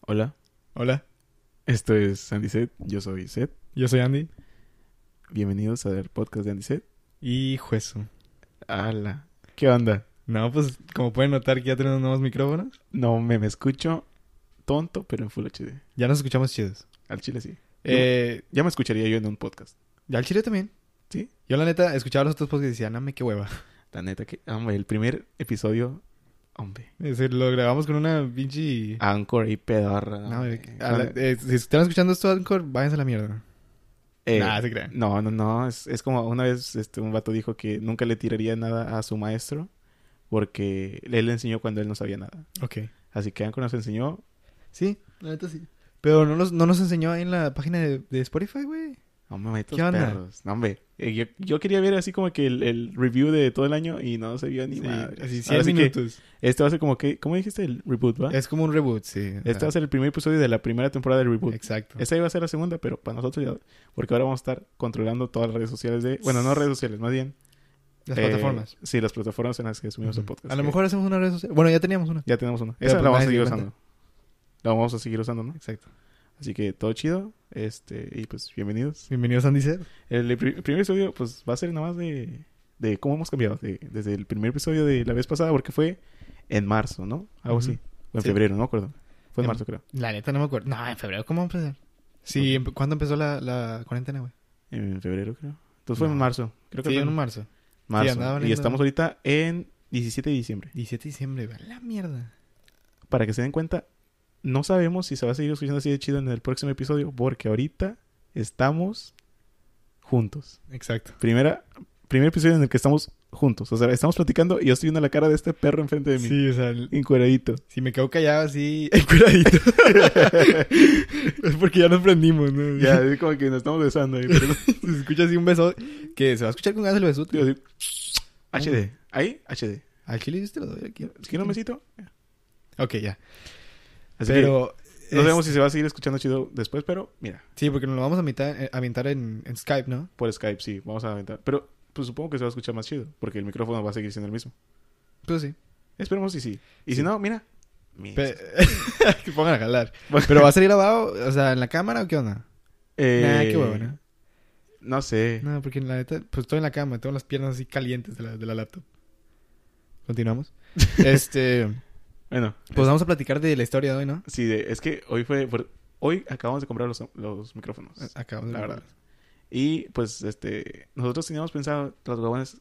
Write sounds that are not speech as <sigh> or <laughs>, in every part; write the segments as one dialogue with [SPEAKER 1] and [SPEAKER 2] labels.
[SPEAKER 1] Hola,
[SPEAKER 2] Hola,
[SPEAKER 1] esto es Andy Set, yo soy Set.
[SPEAKER 2] yo soy Andy
[SPEAKER 1] Bienvenidos al podcast de Andy Set.
[SPEAKER 2] y Juezo.
[SPEAKER 1] ¡Hala! ¿Qué onda?
[SPEAKER 2] No, pues como pueden notar que ya tenemos nuevos micrófonos,
[SPEAKER 1] No me, me escucho tonto, pero en Full HD.
[SPEAKER 2] ya nos escuchamos chidos.
[SPEAKER 1] Al chile sí.
[SPEAKER 2] Eh,
[SPEAKER 1] Ya me escucharía yo en un podcast.
[SPEAKER 2] ya al chile también.
[SPEAKER 1] ¿Sí?
[SPEAKER 2] Yo la neta escuchaba los otros podcasts y decía, no me qué hueva. <laughs>
[SPEAKER 1] La neta que... Hombre, el primer episodio... Hombre.
[SPEAKER 2] Es decir, lo grabamos con una pinche...
[SPEAKER 1] Anchor y pedorra.
[SPEAKER 2] No,
[SPEAKER 1] hombre.
[SPEAKER 2] eh, a la- eh, si están escuchando esto, Anchor, váyanse a la mierda.
[SPEAKER 1] Eh,
[SPEAKER 2] nah, se crean.
[SPEAKER 1] No, no, no. Es, es como una vez este, un vato dijo que nunca le tiraría nada a su maestro porque él le enseñó cuando él no sabía nada.
[SPEAKER 2] Ok.
[SPEAKER 1] Así que Anchor nos enseñó.
[SPEAKER 2] Sí, la neta sí. Pero no, los- no nos enseñó ahí en la página de, de Spotify, güey.
[SPEAKER 1] Hombre, estos
[SPEAKER 2] ¿Qué onda?
[SPEAKER 1] perros. No, hombre. Eh, yo, yo quería ver así como que el, el review de todo el año y no se vio ni
[SPEAKER 2] Sí,
[SPEAKER 1] madre.
[SPEAKER 2] así
[SPEAKER 1] Ahora sí
[SPEAKER 2] 100
[SPEAKER 1] que ¿Ah?
[SPEAKER 2] minutos.
[SPEAKER 1] este va a ser como que... ¿Cómo dijiste? El reboot, ¿va?
[SPEAKER 2] Es como un reboot, sí. Ah,
[SPEAKER 1] Este va a ser el primer episodio de la primera temporada del reboot.
[SPEAKER 2] Exacto.
[SPEAKER 1] Esa iba a ser la segunda, pero para nosotros ya... Porque ahora vamos a estar controlando todas las redes sociales de... Bueno, no redes sociales, más bien...
[SPEAKER 2] Las
[SPEAKER 1] eh,
[SPEAKER 2] plataformas.
[SPEAKER 1] Sí, las plataformas en las que subimos el
[SPEAKER 2] Ujú.
[SPEAKER 1] podcast.
[SPEAKER 2] A lo
[SPEAKER 1] que-
[SPEAKER 2] mejor hacemos una red social. Bueno, ya teníamos una.
[SPEAKER 1] Ya tenemos una.
[SPEAKER 2] Pero
[SPEAKER 1] Esa
[SPEAKER 2] pues
[SPEAKER 1] la vamos a
[SPEAKER 2] nadie
[SPEAKER 1] seguir
[SPEAKER 2] se dio
[SPEAKER 1] usando. La vamos a seguir usando, ¿no?
[SPEAKER 2] Exacto.
[SPEAKER 1] Así que todo chido. Este, y pues bienvenidos.
[SPEAKER 2] Bienvenidos a Andy Set.
[SPEAKER 1] El, pri- primer episodio, pues va a ser nada más de, de cómo hemos cambiado. de- desde el primer episodio de la vez pasada, porque fue en marzo, ¿no? Algo así.
[SPEAKER 2] Ujú.
[SPEAKER 1] O en
[SPEAKER 2] Sí.
[SPEAKER 1] febrero, no me acuerdo. Fue en
[SPEAKER 2] En-
[SPEAKER 1] marzo, creo.
[SPEAKER 2] La neta no me acuerdo. No, en febrero, ¿cómo empezar? Sí, empe- ¿cuándo empezó la, la cuarentena, güey?
[SPEAKER 1] En febrero, creo. Entonces fue en
[SPEAKER 2] No.
[SPEAKER 1] marzo. Creo que
[SPEAKER 2] Sí,
[SPEAKER 1] fue
[SPEAKER 2] en
[SPEAKER 1] en
[SPEAKER 2] marzo.
[SPEAKER 1] marzo.
[SPEAKER 2] andaba
[SPEAKER 1] y
[SPEAKER 2] valiendo-
[SPEAKER 1] estamos ahorita en 17 de diciembre.
[SPEAKER 2] 17 de diciembre, güey. La mierda.
[SPEAKER 1] Para que se den cuenta, no sabemos si se va a seguir escuchando así de chido en el próximo episodio, porque ahorita estamos juntos.
[SPEAKER 2] Exacto.
[SPEAKER 1] Primera, primer episodio en el que estamos juntos. O sea, estamos platicando y yo estoy viendo la cara de este perro enfrente de mí.
[SPEAKER 2] Sí, o sea, el-
[SPEAKER 1] Encueradito.
[SPEAKER 2] si me quedo callado así, <laughs> curadito. es porque ya nos prendimos, ¿no? <laughs>
[SPEAKER 1] Ya, es como que nos estamos besando ahí. Pero no,
[SPEAKER 2] Se escucha así un beso que se va a escuchar con ganas el beso.
[SPEAKER 1] tío, así.
[SPEAKER 2] <laughs>
[SPEAKER 1] HD. Ahí, HD.
[SPEAKER 2] Al chile yo te lo doy aquí.
[SPEAKER 1] ¿Es que no me cito?
[SPEAKER 2] Ok, ya.
[SPEAKER 1] Así
[SPEAKER 2] pero...
[SPEAKER 1] que no
[SPEAKER 2] es-
[SPEAKER 1] sabemos si se va a seguir escuchando chido después, pero mira,
[SPEAKER 2] Sí, porque nos lo vamos a aventar, eh, aventar en, en Skype, ¿no?
[SPEAKER 1] por Skype sí, vamos a aventar. Pero pues supongo que se va a escuchar más chido, porque el micrófono va a seguir siendo el mismo.
[SPEAKER 2] Pues sí.
[SPEAKER 1] Esperemos si sí. Y si
[SPEAKER 2] Sí.
[SPEAKER 1] no, mira. mira.
[SPEAKER 2] Pe-
[SPEAKER 1] <laughs>
[SPEAKER 2] <laughs> que pongan a jalar. Pero va a salir grabado, o sea, en la cámara o qué onda?
[SPEAKER 1] Eh,
[SPEAKER 2] Nah, qué huevo, ¿no?
[SPEAKER 1] No sé.
[SPEAKER 2] No, porque en la neta, pues estoy en la cama, tengo las piernas así calientes de la, de la laptop. Continuamos. <laughs> este,
[SPEAKER 1] Bueno,
[SPEAKER 2] pues vamos a platicar de la historia de hoy, ¿no?
[SPEAKER 1] sí, de- es que hoy fue. por- hoy acabamos de comprar los, los micrófonos.
[SPEAKER 2] Acabamos de
[SPEAKER 1] La
[SPEAKER 2] grabar.
[SPEAKER 1] verdad. Y pues, este. Nosotros teníamos pensado, los huevones.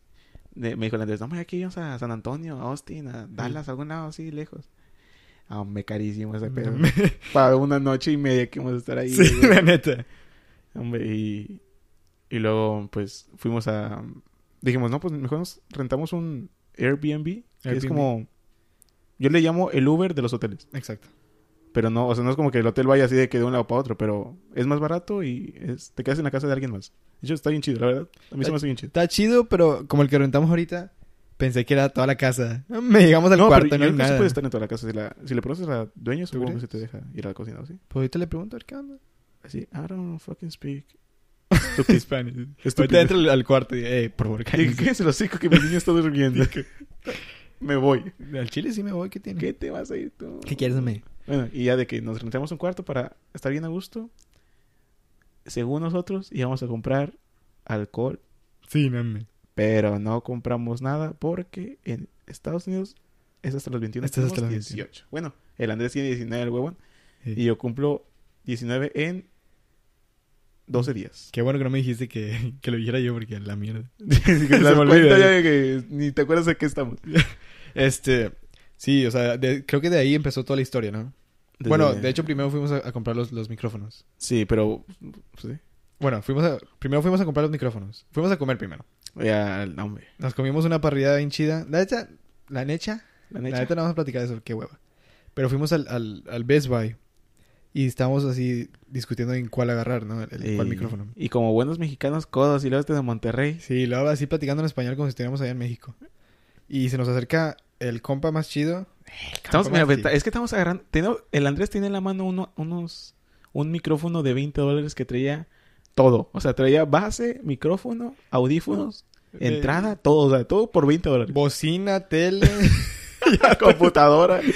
[SPEAKER 1] de- me dijo el Andrés, no, hombre, aquí vamos a San Antonio, a Austin, a Dallas, a algún lado así, lejos. Ah, hombre, carísimo ese pedo. <laughs> Para una noche y media que vamos a estar ahí.
[SPEAKER 2] Mm. <laughs> sí,
[SPEAKER 1] güey.
[SPEAKER 2] la neta.
[SPEAKER 1] Hombre, y, y luego, pues, fuimos a... Dijimos, no, pues mejor nos rentamos un Airbnb, que es
[SPEAKER 2] Airbnb.
[SPEAKER 1] como... Yo le llamo el Uber de los hoteles.
[SPEAKER 2] Exacto.
[SPEAKER 1] Pero no, o sea, no es como que el hotel vaya así de que de un lado para otro, pero es más barato y es- te quedas en la casa de alguien más. De hecho, está bien chido, la verdad. A mí se me hace bien chido.
[SPEAKER 2] Está chido, pero como el que rentamos ahorita, pensé que era toda la casa. Me llegamos al cuarto,
[SPEAKER 1] pero
[SPEAKER 2] no
[SPEAKER 1] yo creo
[SPEAKER 2] hay
[SPEAKER 1] que sí
[SPEAKER 2] nada.
[SPEAKER 1] puedes estar en toda la casa. Si, la, si le preguntas a la dueña,
[SPEAKER 2] ¿Tú
[SPEAKER 1] supongo que
[SPEAKER 2] crees?
[SPEAKER 1] se te deja ir a la cocina, ¿o ¿sí?
[SPEAKER 2] Pues ahorita le pregunto a ver qué onda.
[SPEAKER 1] Así, I don't fucking speak.
[SPEAKER 2] <laughs> Spanish. Ahorita entro al- al cuarto y, eh,
[SPEAKER 1] <laughs>
[SPEAKER 2] por favor,
[SPEAKER 1] Dije,
[SPEAKER 2] cállense.
[SPEAKER 1] quédense los cinco que mi niño está durmiendo. me voy.
[SPEAKER 2] Al chile sí me voy, ¿qué tiene?
[SPEAKER 1] ¿Qué te vas a ir tú?
[SPEAKER 2] ¿Qué quieres, hombre?
[SPEAKER 1] Bueno, y ya de que nos rentamos un cuarto para estar bien a gusto, según nosotros íbamos a comprar alcohol,
[SPEAKER 2] Sí, mami.
[SPEAKER 1] pero no compramos nada porque en Estados Unidos es hasta los 21,
[SPEAKER 2] Este es hasta
[SPEAKER 1] tenemos
[SPEAKER 2] los 21.
[SPEAKER 1] 18. Bueno, el Andrés tiene 19 el huevón y
[SPEAKER 2] Y
[SPEAKER 1] yo cumplo 19 en 12
[SPEAKER 2] <laughs>
[SPEAKER 1] días.
[SPEAKER 2] Qué bueno que no me dijiste que, <laughs> que lo dijera yo porque la <laughs> mierda.
[SPEAKER 1] Así que
[SPEAKER 2] Se
[SPEAKER 1] te das
[SPEAKER 2] me
[SPEAKER 1] cuenta
[SPEAKER 2] olvida.
[SPEAKER 1] ya de que ni te acuerdas de qué estamos.
[SPEAKER 2] Este, sí, o sea, de- creo que de ahí empezó toda la historia, ¿no?
[SPEAKER 1] Desde-
[SPEAKER 2] Bueno, de hecho primero fuimos a, a comprar los, los micrófonos.
[SPEAKER 1] Sí, pero... pues, Sí.
[SPEAKER 2] Bueno, fuimos a, primero fuimos a comprar los micrófonos. Fuimos a comer primero.
[SPEAKER 1] Ya, no, hombre.
[SPEAKER 2] Nos comimos una parrillada bien chida. La neta, la necha,
[SPEAKER 1] La
[SPEAKER 2] la
[SPEAKER 1] neta.
[SPEAKER 2] neta no vamos a platicar de eso, qué hueva. Pero fuimos al, al, al Best Buy y estábamos así discutiendo en cuál agarrar, ¿no? El, el- cuál
[SPEAKER 1] Y-
[SPEAKER 2] micrófono.
[SPEAKER 1] Eh, Y como buenos mexicanos codos y luego este de Monterrey.
[SPEAKER 2] Sí, luego así platicando en español como si estuviéramos allá en México. Y se nos acerca el compa más chido.
[SPEAKER 1] Estamos, mira,
[SPEAKER 2] Campomaxi.
[SPEAKER 1] venta- es que estamos agarrando. tengo- el Andrés tiene en la mano uno- unos. Un micrófono de 20 dólares que traía todo. O sea, traía base, micrófono, audífonos,
[SPEAKER 2] Eh,
[SPEAKER 1] entrada, <laughs> todo. O sea, todo por 20 dólares.
[SPEAKER 2] Bocina, tele. <laughs>
[SPEAKER 1] computadora. <laughs>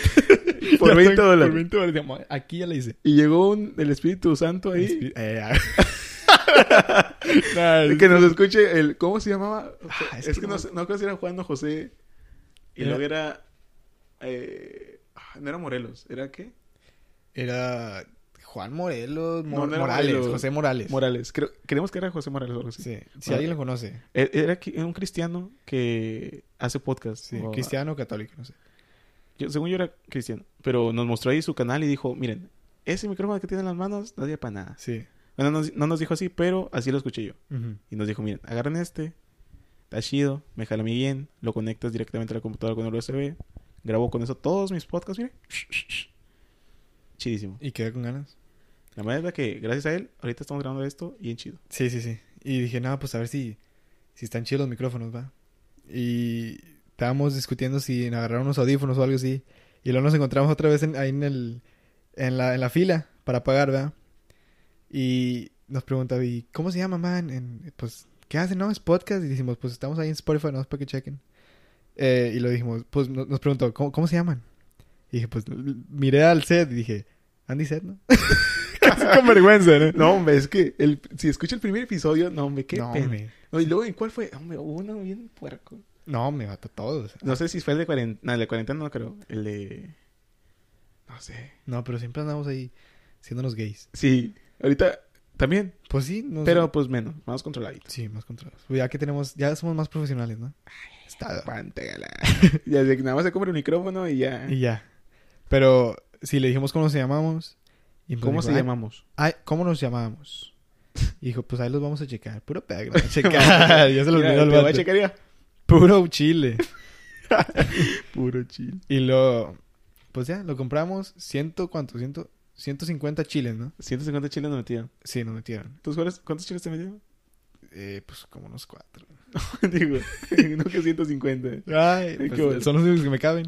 [SPEAKER 1] Por
[SPEAKER 2] Ya
[SPEAKER 1] 20
[SPEAKER 2] tengo-
[SPEAKER 1] dólares.
[SPEAKER 2] Por 20 dólares. digamos, Aquí ya la hice.
[SPEAKER 1] Y llegó un- el Espíritu Santo ahí.
[SPEAKER 2] Espi- eh, ah.
[SPEAKER 1] <laughs>
[SPEAKER 2] Nah, es-
[SPEAKER 1] Que nos escuche el... ¿Cómo se llamaba?
[SPEAKER 2] Ah,
[SPEAKER 1] es,
[SPEAKER 2] es
[SPEAKER 1] que,
[SPEAKER 2] que
[SPEAKER 1] no,
[SPEAKER 2] no-
[SPEAKER 1] sé- no creo si era Juan o José. Y
[SPEAKER 2] Era-
[SPEAKER 1] luego era... eh, ah, no era Morelos. ¿Era qué?
[SPEAKER 2] Era Juan Morelos,
[SPEAKER 1] No,
[SPEAKER 2] Mor-
[SPEAKER 1] no era
[SPEAKER 2] Morales,
[SPEAKER 1] Morelos.
[SPEAKER 2] José Morales.
[SPEAKER 1] Morales. Creo, creemos que era José Morales o algo así.
[SPEAKER 2] Sí, Si
[SPEAKER 1] Bueno.
[SPEAKER 2] alguien lo conoce.
[SPEAKER 1] E- Era qui- un cristiano que hace podcast.
[SPEAKER 2] Sí,
[SPEAKER 1] o-
[SPEAKER 2] cristiano o católico, no sé.
[SPEAKER 1] yo- según yo era cristiano. Pero nos mostró ahí su canal y dijo, miren, ese micrófono que tiene en las manos no sirve para nada.
[SPEAKER 2] Sí.
[SPEAKER 1] Bueno, no, no nos dijo así, pero así lo escuché yo.
[SPEAKER 2] Ujú.
[SPEAKER 1] Y nos dijo, miren, agarren este, está chido, me jala mi bien, lo conectas directamente a la computadora con el USB, grabo con eso todos mis podcasts, mire. Chidísimo.
[SPEAKER 2] Y quedé con ganas.
[SPEAKER 1] La manera que, gracias a él, ahorita estamos grabando esto y en chido.
[SPEAKER 2] Sí, sí, sí. Y dije, nada, pues a ver si, si están chidos los micrófonos, va. Y estábamos discutiendo si en agarrar unos audífonos o algo así. Y luego nos encontramos otra vez en- ahí en, el, en, la, en la fila para pagar, ¿verdad? Y nos pregunta, ¿y cómo se llama, man? En- pues, ¿qué hacen, no? ¿Es podcast? Y decimos, pues estamos ahí en Spotify, no es para que chequen. Eh, y lo dijimos, pues no- nos preguntó, ¿cómo, cómo se llaman? Y dije, pues l- miré al set y dije, Andy Set, ¿no? <laughs> Casi con vergüenza, ¿no?
[SPEAKER 1] No, hombre, es que el, si escucha el primer episodio, no, hombre, qué
[SPEAKER 2] no,
[SPEAKER 1] pena.
[SPEAKER 2] hombre.
[SPEAKER 1] No, y luego, ¿en cuál fue? Hombre, hubo uno bien puerco.
[SPEAKER 2] No, me mató todos.
[SPEAKER 1] No sé si fue el de cuarentena, no, el de cuarentena no creo, el de... No sé.
[SPEAKER 2] No, pero siempre andamos ahí siéndonos gays.
[SPEAKER 1] Sí, ahorita también,
[SPEAKER 2] Pues sí, no
[SPEAKER 1] pero pues menos, más controladito.
[SPEAKER 2] Sí, más controlados. Pues Ya que tenemos, ya somos más profesionales, ¿no? Está.
[SPEAKER 1] Pántala. <laughs> ya de que nada más se compra un micrófono y ya.
[SPEAKER 2] Y ya. Pero si le dijimos cómo nos llamamos. Y pues
[SPEAKER 1] ¿Cómo
[SPEAKER 2] dijo,
[SPEAKER 1] se
[SPEAKER 2] "Ay,
[SPEAKER 1] llamamos?
[SPEAKER 2] ay, ¿Cómo nos llamábamos? Y dijo, pues ahí los vamos a checar. Puro
[SPEAKER 1] <laughs>
[SPEAKER 2] pedo, que lo va a checar. <laughs> ya se los
[SPEAKER 1] Mira,
[SPEAKER 2] olvidó al
[SPEAKER 1] te voy a
[SPEAKER 2] vato.
[SPEAKER 1] checar ya.
[SPEAKER 2] Puro chile.
[SPEAKER 1] Puro chill.
[SPEAKER 2] Y lo. Pues ya, lo compramos. ¿Ciento cuánto? Ciento, 150 chiles, ¿no?
[SPEAKER 1] 150 chiles nos metieron.
[SPEAKER 2] Sí, nos metieron.
[SPEAKER 1] ¿Tú cuáles- cuántos chiles te <laughs> metieron?
[SPEAKER 2] Eh, pues como unos cuatro.
[SPEAKER 1] Digo, <laughs> no que 150.
[SPEAKER 2] Ay,
[SPEAKER 1] Qué
[SPEAKER 2] pues,
[SPEAKER 1] bueno.
[SPEAKER 2] son los únicos que me caben.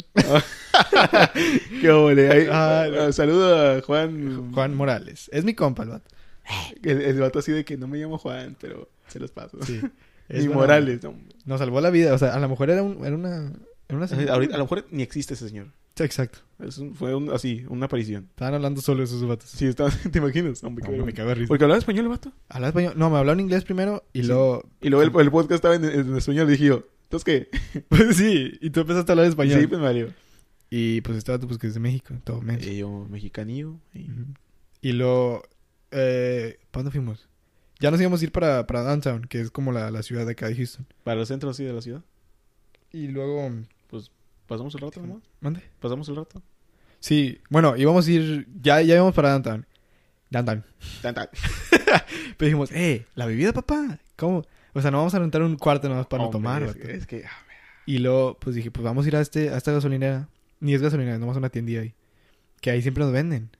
[SPEAKER 1] Qué ole. ahí-
[SPEAKER 2] Ah, no.
[SPEAKER 1] ah, Saludo a Juan.
[SPEAKER 2] Juan Morales. Es mi compa, el vato.
[SPEAKER 1] El, el vato así de que no me llamo Juan, pero se los paso.
[SPEAKER 2] <laughs> Sí.
[SPEAKER 1] Ni Morales. no.
[SPEAKER 2] Nos salvó la vida. O sea, a lo mejor era, un, era una... Era una señora.
[SPEAKER 1] Eh, Ahorita, a lo mejor ni existe ese señor.
[SPEAKER 2] Sí, Exacto.
[SPEAKER 1] Es un- fue un- así, una aparición.
[SPEAKER 2] Estaban hablando solo esos vatos.
[SPEAKER 1] Sí, está- <laughs> ¿te imaginas? Hombre, qué
[SPEAKER 2] No, me
[SPEAKER 1] vergüenza.
[SPEAKER 2] cago de risa.
[SPEAKER 1] Porque hablaba español el vato.
[SPEAKER 2] Hablaba español. No, me hablaron inglés primero y
[SPEAKER 1] Sí.
[SPEAKER 2] luego...
[SPEAKER 1] Y luego el, el podcast estaba en, en español y dije yo, ¿entonces qué? <laughs>
[SPEAKER 2] Pues sí, y tú empezaste a hablar español.
[SPEAKER 1] Sí, pues me valió.
[SPEAKER 2] Y pues estaba tú, pues que es de México, todo menos.
[SPEAKER 1] Y yo, mexicanillo. y-
[SPEAKER 2] Ujú. Y luego... Eh, ¿Para dónde fuimos? Ya nos íbamos a ir para, para Downtown, que es como la, la ciudad de acá de Houston.
[SPEAKER 1] Para el centro así de la ciudad.
[SPEAKER 2] Y luego...
[SPEAKER 1] ¿Pasamos el rato nomás?
[SPEAKER 2] ¿Mande?
[SPEAKER 1] ¿Pasamos el rato?
[SPEAKER 2] Sí, bueno, íbamos a ir... Ya, ya íbamos para Downtown. Downtown.
[SPEAKER 1] Tan, tan.
[SPEAKER 2] Pero dijimos, eh, la bebida, papá. ¿Cómo? O sea, no vamos a rentar un cuarto nada más para no
[SPEAKER 1] Hombre,
[SPEAKER 2] tomar.
[SPEAKER 1] Es,
[SPEAKER 2] vato.
[SPEAKER 1] que- es que, ah, me-
[SPEAKER 2] Y luego, pues dije, pues vamos a ir a, este, a esta gasolinera. Ni es gasolinera, es nomás una tiendilla ahí. Que ahí siempre nos venden.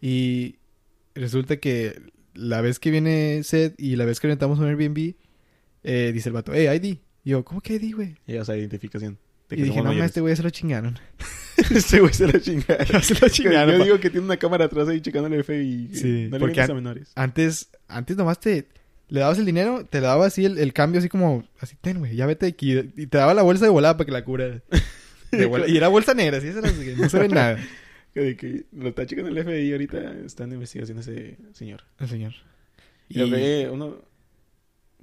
[SPEAKER 2] Y resulta que la vez que viene Seth y la vez que rentamos un Airbnb, eh, dice el vato, eh, ID. Y yo, ¿cómo que ID, güey?
[SPEAKER 1] ya, o sea, identificación. De
[SPEAKER 2] Y
[SPEAKER 1] que
[SPEAKER 2] dije,
[SPEAKER 1] somos
[SPEAKER 2] no, ma,
[SPEAKER 1] mayores. <laughs>
[SPEAKER 2] este güey se lo chingaron.
[SPEAKER 1] Este güey se la chingada.
[SPEAKER 2] <laughs> se lo
[SPEAKER 1] Yo
[SPEAKER 2] chingaron. pa.
[SPEAKER 1] digo que tiene una cámara atrás ahí checándole el fe y
[SPEAKER 2] Sí,
[SPEAKER 1] no le
[SPEAKER 2] porque
[SPEAKER 1] vendes a
[SPEAKER 2] an-
[SPEAKER 1] menores.
[SPEAKER 2] Antes, antes nomás te le dabas el dinero, te daba así el, el cambio, así como, así, ten, güey, ya vete de aquí. Y te daba la bolsa de volada para que
[SPEAKER 1] <laughs>
[SPEAKER 2] la cura. y era bolsa negra, así, esa era, así que no se ve nada.
[SPEAKER 1] Que, de que lo está checando el FBI y ahorita está en investigación ese señor. <laughs>
[SPEAKER 2] El señor.
[SPEAKER 1] Y lo que uno...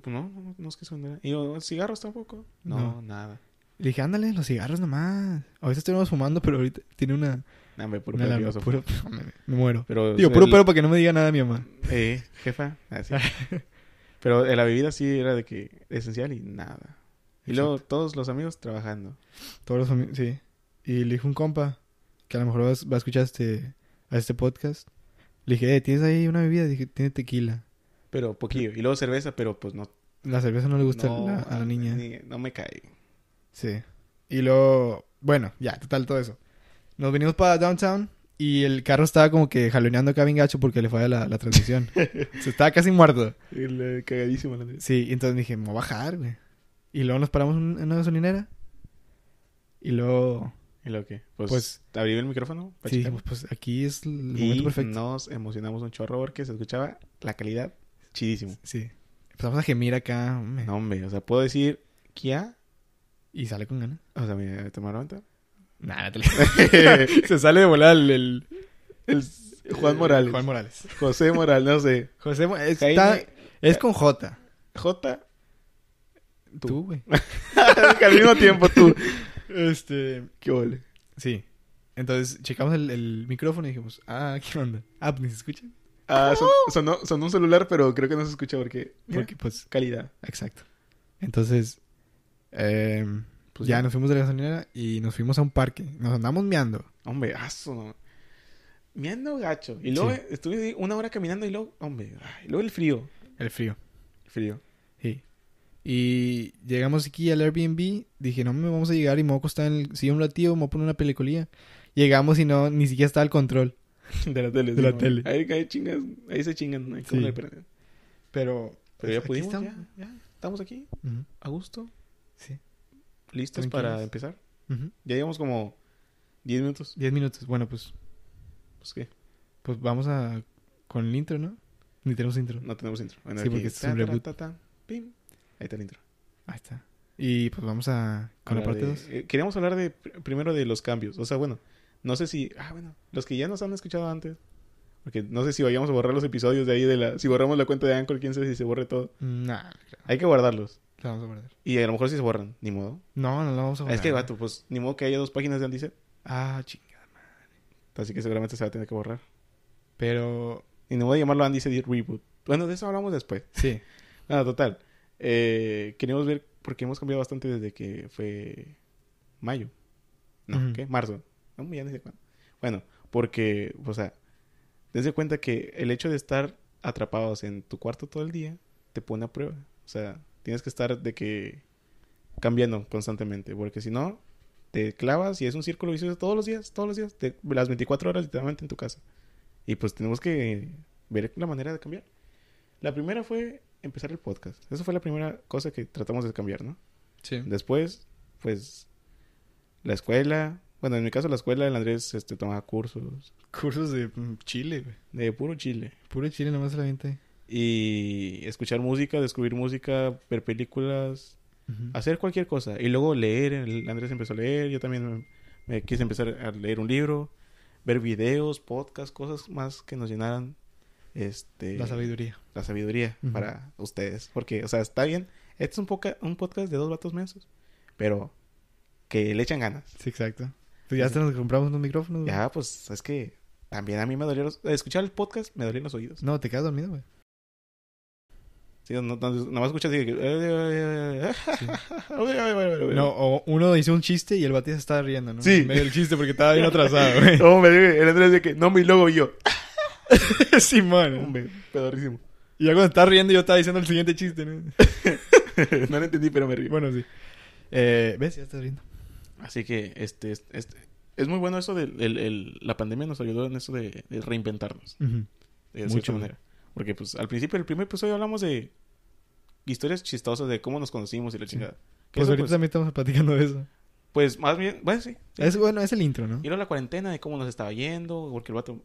[SPEAKER 1] pues No, no, no es que son nada. Y yo, cigarros tampoco. No,
[SPEAKER 2] No.
[SPEAKER 1] nada.
[SPEAKER 2] Le dije, ándale, los cigarros nomás. Ahorita estuvimos fumando, pero ahorita tiene una...
[SPEAKER 1] Nah, hombre, puro
[SPEAKER 2] una alarma,
[SPEAKER 1] nervioso.
[SPEAKER 2] puro- hombre, me muero.
[SPEAKER 1] Pero,
[SPEAKER 2] Digo,
[SPEAKER 1] o sea,
[SPEAKER 2] puro
[SPEAKER 1] el-
[SPEAKER 2] pero para que no me diga nada mi mamá.
[SPEAKER 1] Eh, jefa. <laughs> Así. Pero eh, la bebida sí era de que esencial y nada. Y luego todos los amigos trabajando.
[SPEAKER 2] Todos los fami- sí. Y le dije a un compa, que a lo mejor va, a- va a escuchar este, a este podcast. Le dije, eh, ¿tienes ahí una bebida? Dije, tiene tequila.
[SPEAKER 1] Pero poquillo. Y luego cerveza, pero pues no.
[SPEAKER 2] La cerveza no le gusta
[SPEAKER 1] no,
[SPEAKER 2] la- a la niña.
[SPEAKER 1] ni- no me <laughs> cae.
[SPEAKER 2] Sí. Y luego, bueno, ya, total, todo eso. Nos vinimos para downtown y el carro estaba como que jaloneando acá bien gacho porque le falla la, la transmisión. Se estaba casi muerto.
[SPEAKER 1] El, eh, cagadísimo la neta.
[SPEAKER 2] Sí, y entonces dije, me voy a bajar, güey. Y luego nos paramos en una gasolinera. Y luego,
[SPEAKER 1] ¿Y lo que? Pues,
[SPEAKER 2] Pues-
[SPEAKER 1] abrí el micrófono. para
[SPEAKER 2] sí,
[SPEAKER 1] checar.
[SPEAKER 2] dijimos, pues aquí es el
[SPEAKER 1] y
[SPEAKER 2] momento perfecto.
[SPEAKER 1] nos emocionamos un chorro porque se escuchaba la calidad chidísimo.
[SPEAKER 2] Sí. Empezamos a gemir acá, hombre,
[SPEAKER 1] No, hombre. O sea, puedo decir Kia.
[SPEAKER 2] Y sale con ganas. <laughs>
[SPEAKER 1] O sea, me tomaron
[SPEAKER 2] Nah, te lo- Se sale de volar el, el-
[SPEAKER 1] El Juan
[SPEAKER 2] eh,
[SPEAKER 1] Morales.
[SPEAKER 2] Juan Morales.
[SPEAKER 1] José Morales, no sé.
[SPEAKER 2] José Mo- es-
[SPEAKER 1] Jaime-
[SPEAKER 2] está- es con J.
[SPEAKER 1] J. <laughs> Tú.
[SPEAKER 2] Tú, güey.
[SPEAKER 1] que al mismo tiempo tú.
[SPEAKER 2] <laughs> Este.
[SPEAKER 1] Qué ole.
[SPEAKER 2] Sí. Entonces checamos el, el micrófono y dijimos, ah, ¿qué onda? Ah, ¿ni se escucha?
[SPEAKER 1] Ah, son,
[SPEAKER 2] ¡Oh!
[SPEAKER 1] sonó, sonó un celular, pero creo que no se escucha porque. mira,
[SPEAKER 2] Porque, pues,
[SPEAKER 1] Calidad.
[SPEAKER 2] exacto. Entonces, em,
[SPEAKER 1] Pues
[SPEAKER 2] ya
[SPEAKER 1] ya.
[SPEAKER 2] nos fuimos de la gasolinera y nos fuimos a un parque. Nos andamos meando.
[SPEAKER 1] Hombre, aso. no. Me ando gacho. Y luego
[SPEAKER 2] Sí.
[SPEAKER 1] eh, estuve una hora caminando y luego, hombre, ay, luego el frío.
[SPEAKER 2] El frío.
[SPEAKER 1] Frío.
[SPEAKER 2] Sí. Y llegamos aquí al Airbnb. Dije, no, me vamos a llegar y me voy a acostar en el sillón un ratillo, me voy a poner una peliculilla. Llegamos y no, ni siquiera estaba el control.
[SPEAKER 1] <laughs> De la tele.
[SPEAKER 2] De la
[SPEAKER 1] sí,
[SPEAKER 2] tele.
[SPEAKER 1] Ahí, ahí chingas, ahí se chingan. ahí como
[SPEAKER 2] Sí.
[SPEAKER 1] le prenden.
[SPEAKER 2] Pero, pues,
[SPEAKER 1] Pero ya
[SPEAKER 2] aquí
[SPEAKER 1] pudimos,
[SPEAKER 2] estamos.
[SPEAKER 1] ya, ya. Estamos aquí,
[SPEAKER 2] Ujú,
[SPEAKER 1] a gusto,
[SPEAKER 2] Sí.
[SPEAKER 1] listos para
[SPEAKER 2] Tranquilos.
[SPEAKER 1] empezar.
[SPEAKER 2] Ujú.
[SPEAKER 1] Ya llevamos como 10 minutos.
[SPEAKER 2] Diez minutos. Bueno, pues,
[SPEAKER 1] Pues qué,
[SPEAKER 2] pues vamos a... Con el intro, ¿no? Ni tenemos intro.
[SPEAKER 1] no tenemos intro. Bueno,
[SPEAKER 2] Sí, porque es un
[SPEAKER 1] ta, ta,
[SPEAKER 2] reboot.
[SPEAKER 1] ta, ta, pim. Ahí está el intro.
[SPEAKER 2] Ahí está. Y pues vamos a... Con la
[SPEAKER 1] Hablar
[SPEAKER 2] parte
[SPEAKER 1] de-
[SPEAKER 2] 2.
[SPEAKER 1] eh, queríamos hablar de pr- primero de los cambios. O sea, bueno, no sé si. Ah, bueno, los que ya nos han escuchado antes. Porque no sé si vayamos a borrar los episodios de ahí de la. Si borramos la cuenta de Anchor, quién sabe si se borre todo.
[SPEAKER 2] Nah,
[SPEAKER 1] Hay que guardarlos.
[SPEAKER 2] la vamos a guardar.
[SPEAKER 1] Y a lo mejor si se borran, ni modo.
[SPEAKER 2] No, no la vamos a guardar.
[SPEAKER 1] es que, vato, pues ni modo que haya dos páginas de Andice.
[SPEAKER 2] Ah, chingada.
[SPEAKER 1] Así que seguramente se va a tener que borrar.
[SPEAKER 2] Pero...
[SPEAKER 1] Y no voy a llamarlo Andice de Reboot. Bueno, de eso hablamos después. <laughs>
[SPEAKER 2] Sí.
[SPEAKER 1] Nada, Ah, total. Eh, queríamos ver porque hemos cambiado bastante desde que fue mayo. No,
[SPEAKER 2] Ujú.
[SPEAKER 1] ¿qué? Marzo. No, ya ni sé cuándo. Bueno, porque, o sea, desde cuenta que el hecho de estar atrapados en tu cuarto todo el día te pone a prueba. O sea, tienes que estar de que cambiando constantemente, porque si no, te clavas y es un círculo vicioso todos los días, todos los días, te- las 24 horas literalmente en tu casa. Y pues tenemos que ver la manera de cambiar. La primera fue empezar el podcast. Esa fue la primera cosa que tratamos de cambiar, ¿no?
[SPEAKER 2] Sí.
[SPEAKER 1] Después, pues, la escuela. Bueno, en mi caso la escuela, el Andrés este, tomaba cursos
[SPEAKER 2] Cursos de mm, Chile, güey.
[SPEAKER 1] de puro chile.
[SPEAKER 2] Puro Chile nomás la gente.
[SPEAKER 1] Y escuchar música, descubrir música, ver películas, hacer cualquier cosa. Y luego leer, el Andrés empezó a leer, yo también me, me quise empezar a leer un libro, ver videos, podcasts, cosas más que nos llenaran este
[SPEAKER 2] La sabiduría.
[SPEAKER 1] la sabiduría
[SPEAKER 2] Ujú.
[SPEAKER 1] para ustedes. Porque, o sea, está bien. Este es un, poca, un podcast de dos vatos mensos. Pero que le echan ganas.
[SPEAKER 2] Sí, exacto. Pues ya hasta nos compramos unos micrófonos. güey.
[SPEAKER 1] Ya, pues, es que también a mí me dolió... los- Escuchar el podcast me dolían los oídos.
[SPEAKER 2] No, te quedas dormido, güey.
[SPEAKER 1] Sí, no, no, nomás escuchas así... que-
[SPEAKER 2] No, o uno dice un chiste y el batista se estaba riendo, ¿no?
[SPEAKER 1] Sí.
[SPEAKER 2] En medio del chiste porque estaba
[SPEAKER 1] <laughs>
[SPEAKER 2] bien atrasado, güey.
[SPEAKER 1] No, me dice, el Andrés de que no, mi logo y yo.
[SPEAKER 2] <laughs> Simón.
[SPEAKER 1] Hombre, pedorrísimo. <laughs>
[SPEAKER 2] Y ya cuando estaba riendo yo estaba diciendo el siguiente chiste, ¿no?
[SPEAKER 1] no lo entendí, pero me río.
[SPEAKER 2] bueno, sí. Eh, ¿Ves? Ya estás riendo.
[SPEAKER 1] Así que, este, este, este- es muy bueno eso de el- el- la pandemia nos ayudó en eso de- de reinventarnos. De
[SPEAKER 2] Mucho,
[SPEAKER 1] cierta
[SPEAKER 2] güey.
[SPEAKER 1] manera. Porque, pues, al principio, el primer episodio hablamos de historias chistosas de cómo nos conocimos y la chingada. Que
[SPEAKER 2] Pues
[SPEAKER 1] eso,
[SPEAKER 2] ahorita
[SPEAKER 1] pues,
[SPEAKER 2] también estamos platicando de eso.
[SPEAKER 1] pues, más bien, bueno, sí.
[SPEAKER 2] Es bueno, es el intro, ¿no?
[SPEAKER 1] Y luego la cuarentena, de cómo nos estaba yendo, porque el vato,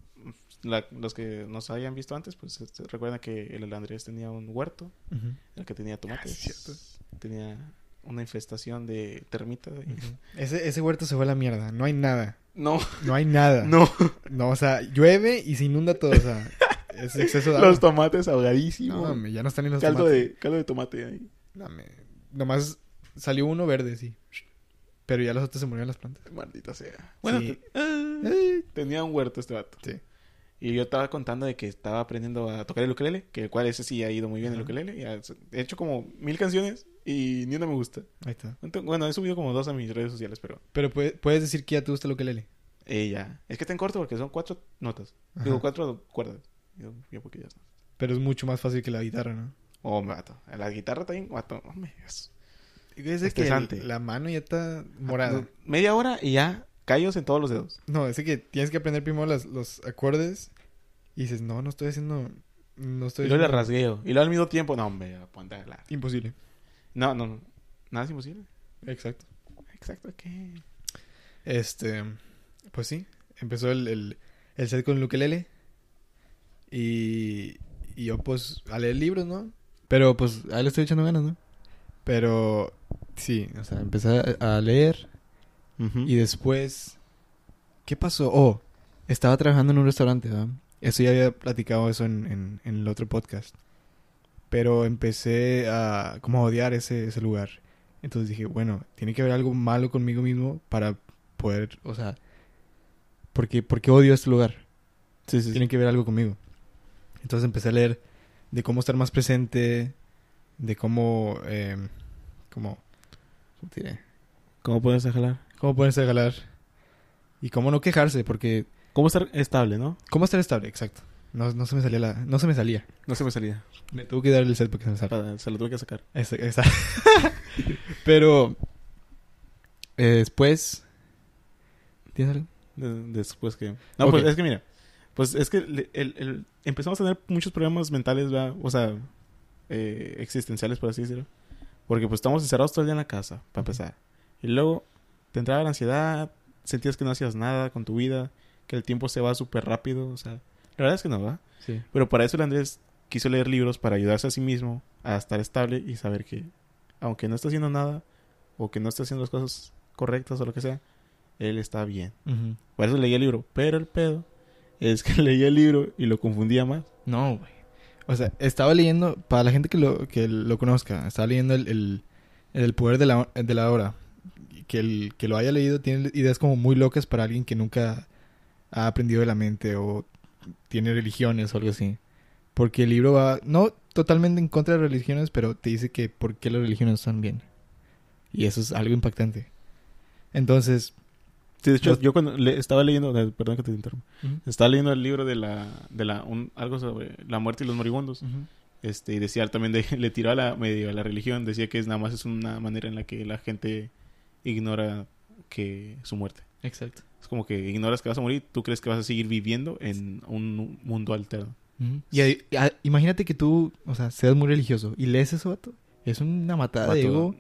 [SPEAKER 1] la- los que nos hayan visto antes, pues, este, recuerdan que el Andrés tenía un huerto,
[SPEAKER 2] Ujú.
[SPEAKER 1] en el que tenía tomates.
[SPEAKER 2] Ah, sí, cierto.
[SPEAKER 1] Tenía una infestación de termitas. ahí.
[SPEAKER 2] Ujú. Ese, ese huerto se fue a la mierda. No hay nada.
[SPEAKER 1] No,
[SPEAKER 2] No <laughs> hay nada.
[SPEAKER 1] no.
[SPEAKER 2] No, o sea, llueve y se inunda todo. O sea, es exceso de agua.
[SPEAKER 1] Los tomates
[SPEAKER 2] No,
[SPEAKER 1] ahogadísimos.
[SPEAKER 2] hombre, ya no están en los
[SPEAKER 1] caldo,
[SPEAKER 2] tomates.
[SPEAKER 1] de, caldo de tomate ahí.
[SPEAKER 2] No, hombre, Nomás salió uno verde, sí. Pero ya los otros se murieron las plantas.
[SPEAKER 1] Maldita sea. Bueno,
[SPEAKER 2] Sí.
[SPEAKER 1] te- ah.
[SPEAKER 2] Eh.
[SPEAKER 1] Tenía un huerto este vato.
[SPEAKER 2] Sí.
[SPEAKER 1] Y yo estaba contando de que estaba aprendiendo a tocar el ukelele, que el cual ese sí ha ido muy bien el
[SPEAKER 2] Ajá.
[SPEAKER 1] ukelele. y ha- he hecho como mil canciones y ni una me gusta.
[SPEAKER 2] Ahí está.
[SPEAKER 1] Ento- Bueno, he subido como dos a mis redes sociales, pero
[SPEAKER 2] Pero puede- puedes decir que ya te gusta lo que lele.
[SPEAKER 1] eh, ya. Es que está en corto porque son cuatro notas.
[SPEAKER 2] Ajá.
[SPEAKER 1] Digo, cuatro cuerdas. Yo, yo porque ya está.
[SPEAKER 2] Pero es mucho más fácil que la guitarra, ¿no?
[SPEAKER 1] Oh, me vato. La guitarra también, oh, vato. Hombre, es-
[SPEAKER 2] Es
[SPEAKER 1] que
[SPEAKER 2] que
[SPEAKER 1] el-
[SPEAKER 2] la mano ya está morada.
[SPEAKER 1] Media hora y ya callos en todos los dedos.
[SPEAKER 2] No, es de que tienes que aprender primero las- los acordes y dices, no, no estoy haciendo... No
[SPEAKER 1] Y
[SPEAKER 2] estoy
[SPEAKER 1] luego le
[SPEAKER 2] haciendo-
[SPEAKER 1] rasgueo. Y luego al mismo tiempo, no, hombre, ya, ponte a la-
[SPEAKER 2] Imposible.
[SPEAKER 1] No, no, no. Nada es imposible.
[SPEAKER 2] Exacto.
[SPEAKER 1] Exacto, ¿qué?
[SPEAKER 2] Este, pues sí, empezó el, el, el set con el ukelele y, y yo pues a leer libros, ¿no? Pero pues a él le estoy echando ganas, ¿no? Pero sí, o sea, empecé a a leer
[SPEAKER 1] Ujú.
[SPEAKER 2] Y después, ¿qué pasó? Oh, estaba trabajando en un restaurante, ¿verdad? Eso ya había platicado eso en, en- en el otro podcast. Pero empecé a como a odiar ese, ese lugar. Entonces dije, bueno, tiene que haber algo malo conmigo mismo para poder, o sea, ¿por qué, por qué odio este lugar?
[SPEAKER 1] Sí, sí, sí.
[SPEAKER 2] Tiene que ver algo conmigo. Entonces empecé a leer de cómo estar más presente, de cómo, eh, cómo, ¿cómo te diré?
[SPEAKER 1] ¿Cómo puedes jalar?
[SPEAKER 2] Cómo ponerse a jalar y cómo no quejarse, porque
[SPEAKER 1] ¿Cómo estar estable, no?
[SPEAKER 2] cómo estar estable, exacto. No, no se me salía la, no se me salía.
[SPEAKER 1] No se me salía.
[SPEAKER 2] Me tuvo que dar el set porque se me salía.
[SPEAKER 1] Para- se lo tuve que sacar.
[SPEAKER 2] Esa- esa. <laughs> Pero eh, después ¿Tienes algo?
[SPEAKER 1] De- después que... No,
[SPEAKER 2] Ok.
[SPEAKER 1] pues es que mira. Pues es que le- el- el- empezamos a tener muchos problemas mentales, ¿verdad? O sea, eh, existenciales, por así decirlo. Porque pues estamos encerrados todo el día en la casa, para empezar. Y luego te entraba la ansiedad, sentías que no hacías nada con tu vida, que el tiempo se va súper rápido, o sea... La verdad es que no, va
[SPEAKER 2] Sí.
[SPEAKER 1] Pero para eso el Andrés quiso leer libros para ayudarse a sí mismo a estar estable y saber que, aunque no está haciendo nada, o que no está haciendo las cosas correctas o lo que sea, él está bien. Por eso leí el libro. Pero el pedo es que <laughs> leía el libro y lo confundía más.
[SPEAKER 2] No, güey. O sea, estaba leyendo, para la gente que lo, que lo conozca, estaba leyendo el, el, el poder de la, de la hora. Que el que lo haya leído tiene ideas como muy locas para alguien que nunca ha aprendido de la mente o tiene religiones o algo así. Porque el libro va, no totalmente en contra de religiones, pero te dice que por qué las religiones están bien. Y eso es algo impactante. Entonces,
[SPEAKER 1] Sí, de hecho,
[SPEAKER 2] Los-
[SPEAKER 1] yo cuando le- estaba leyendo, eh, perdón que te interrumpa, estaba leyendo el libro de la, de la, un- algo sobre la muerte y los moribundos. Este, y decía también, de- <laughs> le tiró a la, medio a la religión, decía que es nada más es una manera en la que la gente ignora que su muerte.
[SPEAKER 2] exacto.
[SPEAKER 1] Es como que ignoras que vas a morir, tú crees que vas a seguir viviendo en un mundo alterno.
[SPEAKER 2] Y a- y a- imagínate que tú, o sea, seas muy religioso y lees eso, vato. Es una matada de
[SPEAKER 1] Vato,
[SPEAKER 2] ego.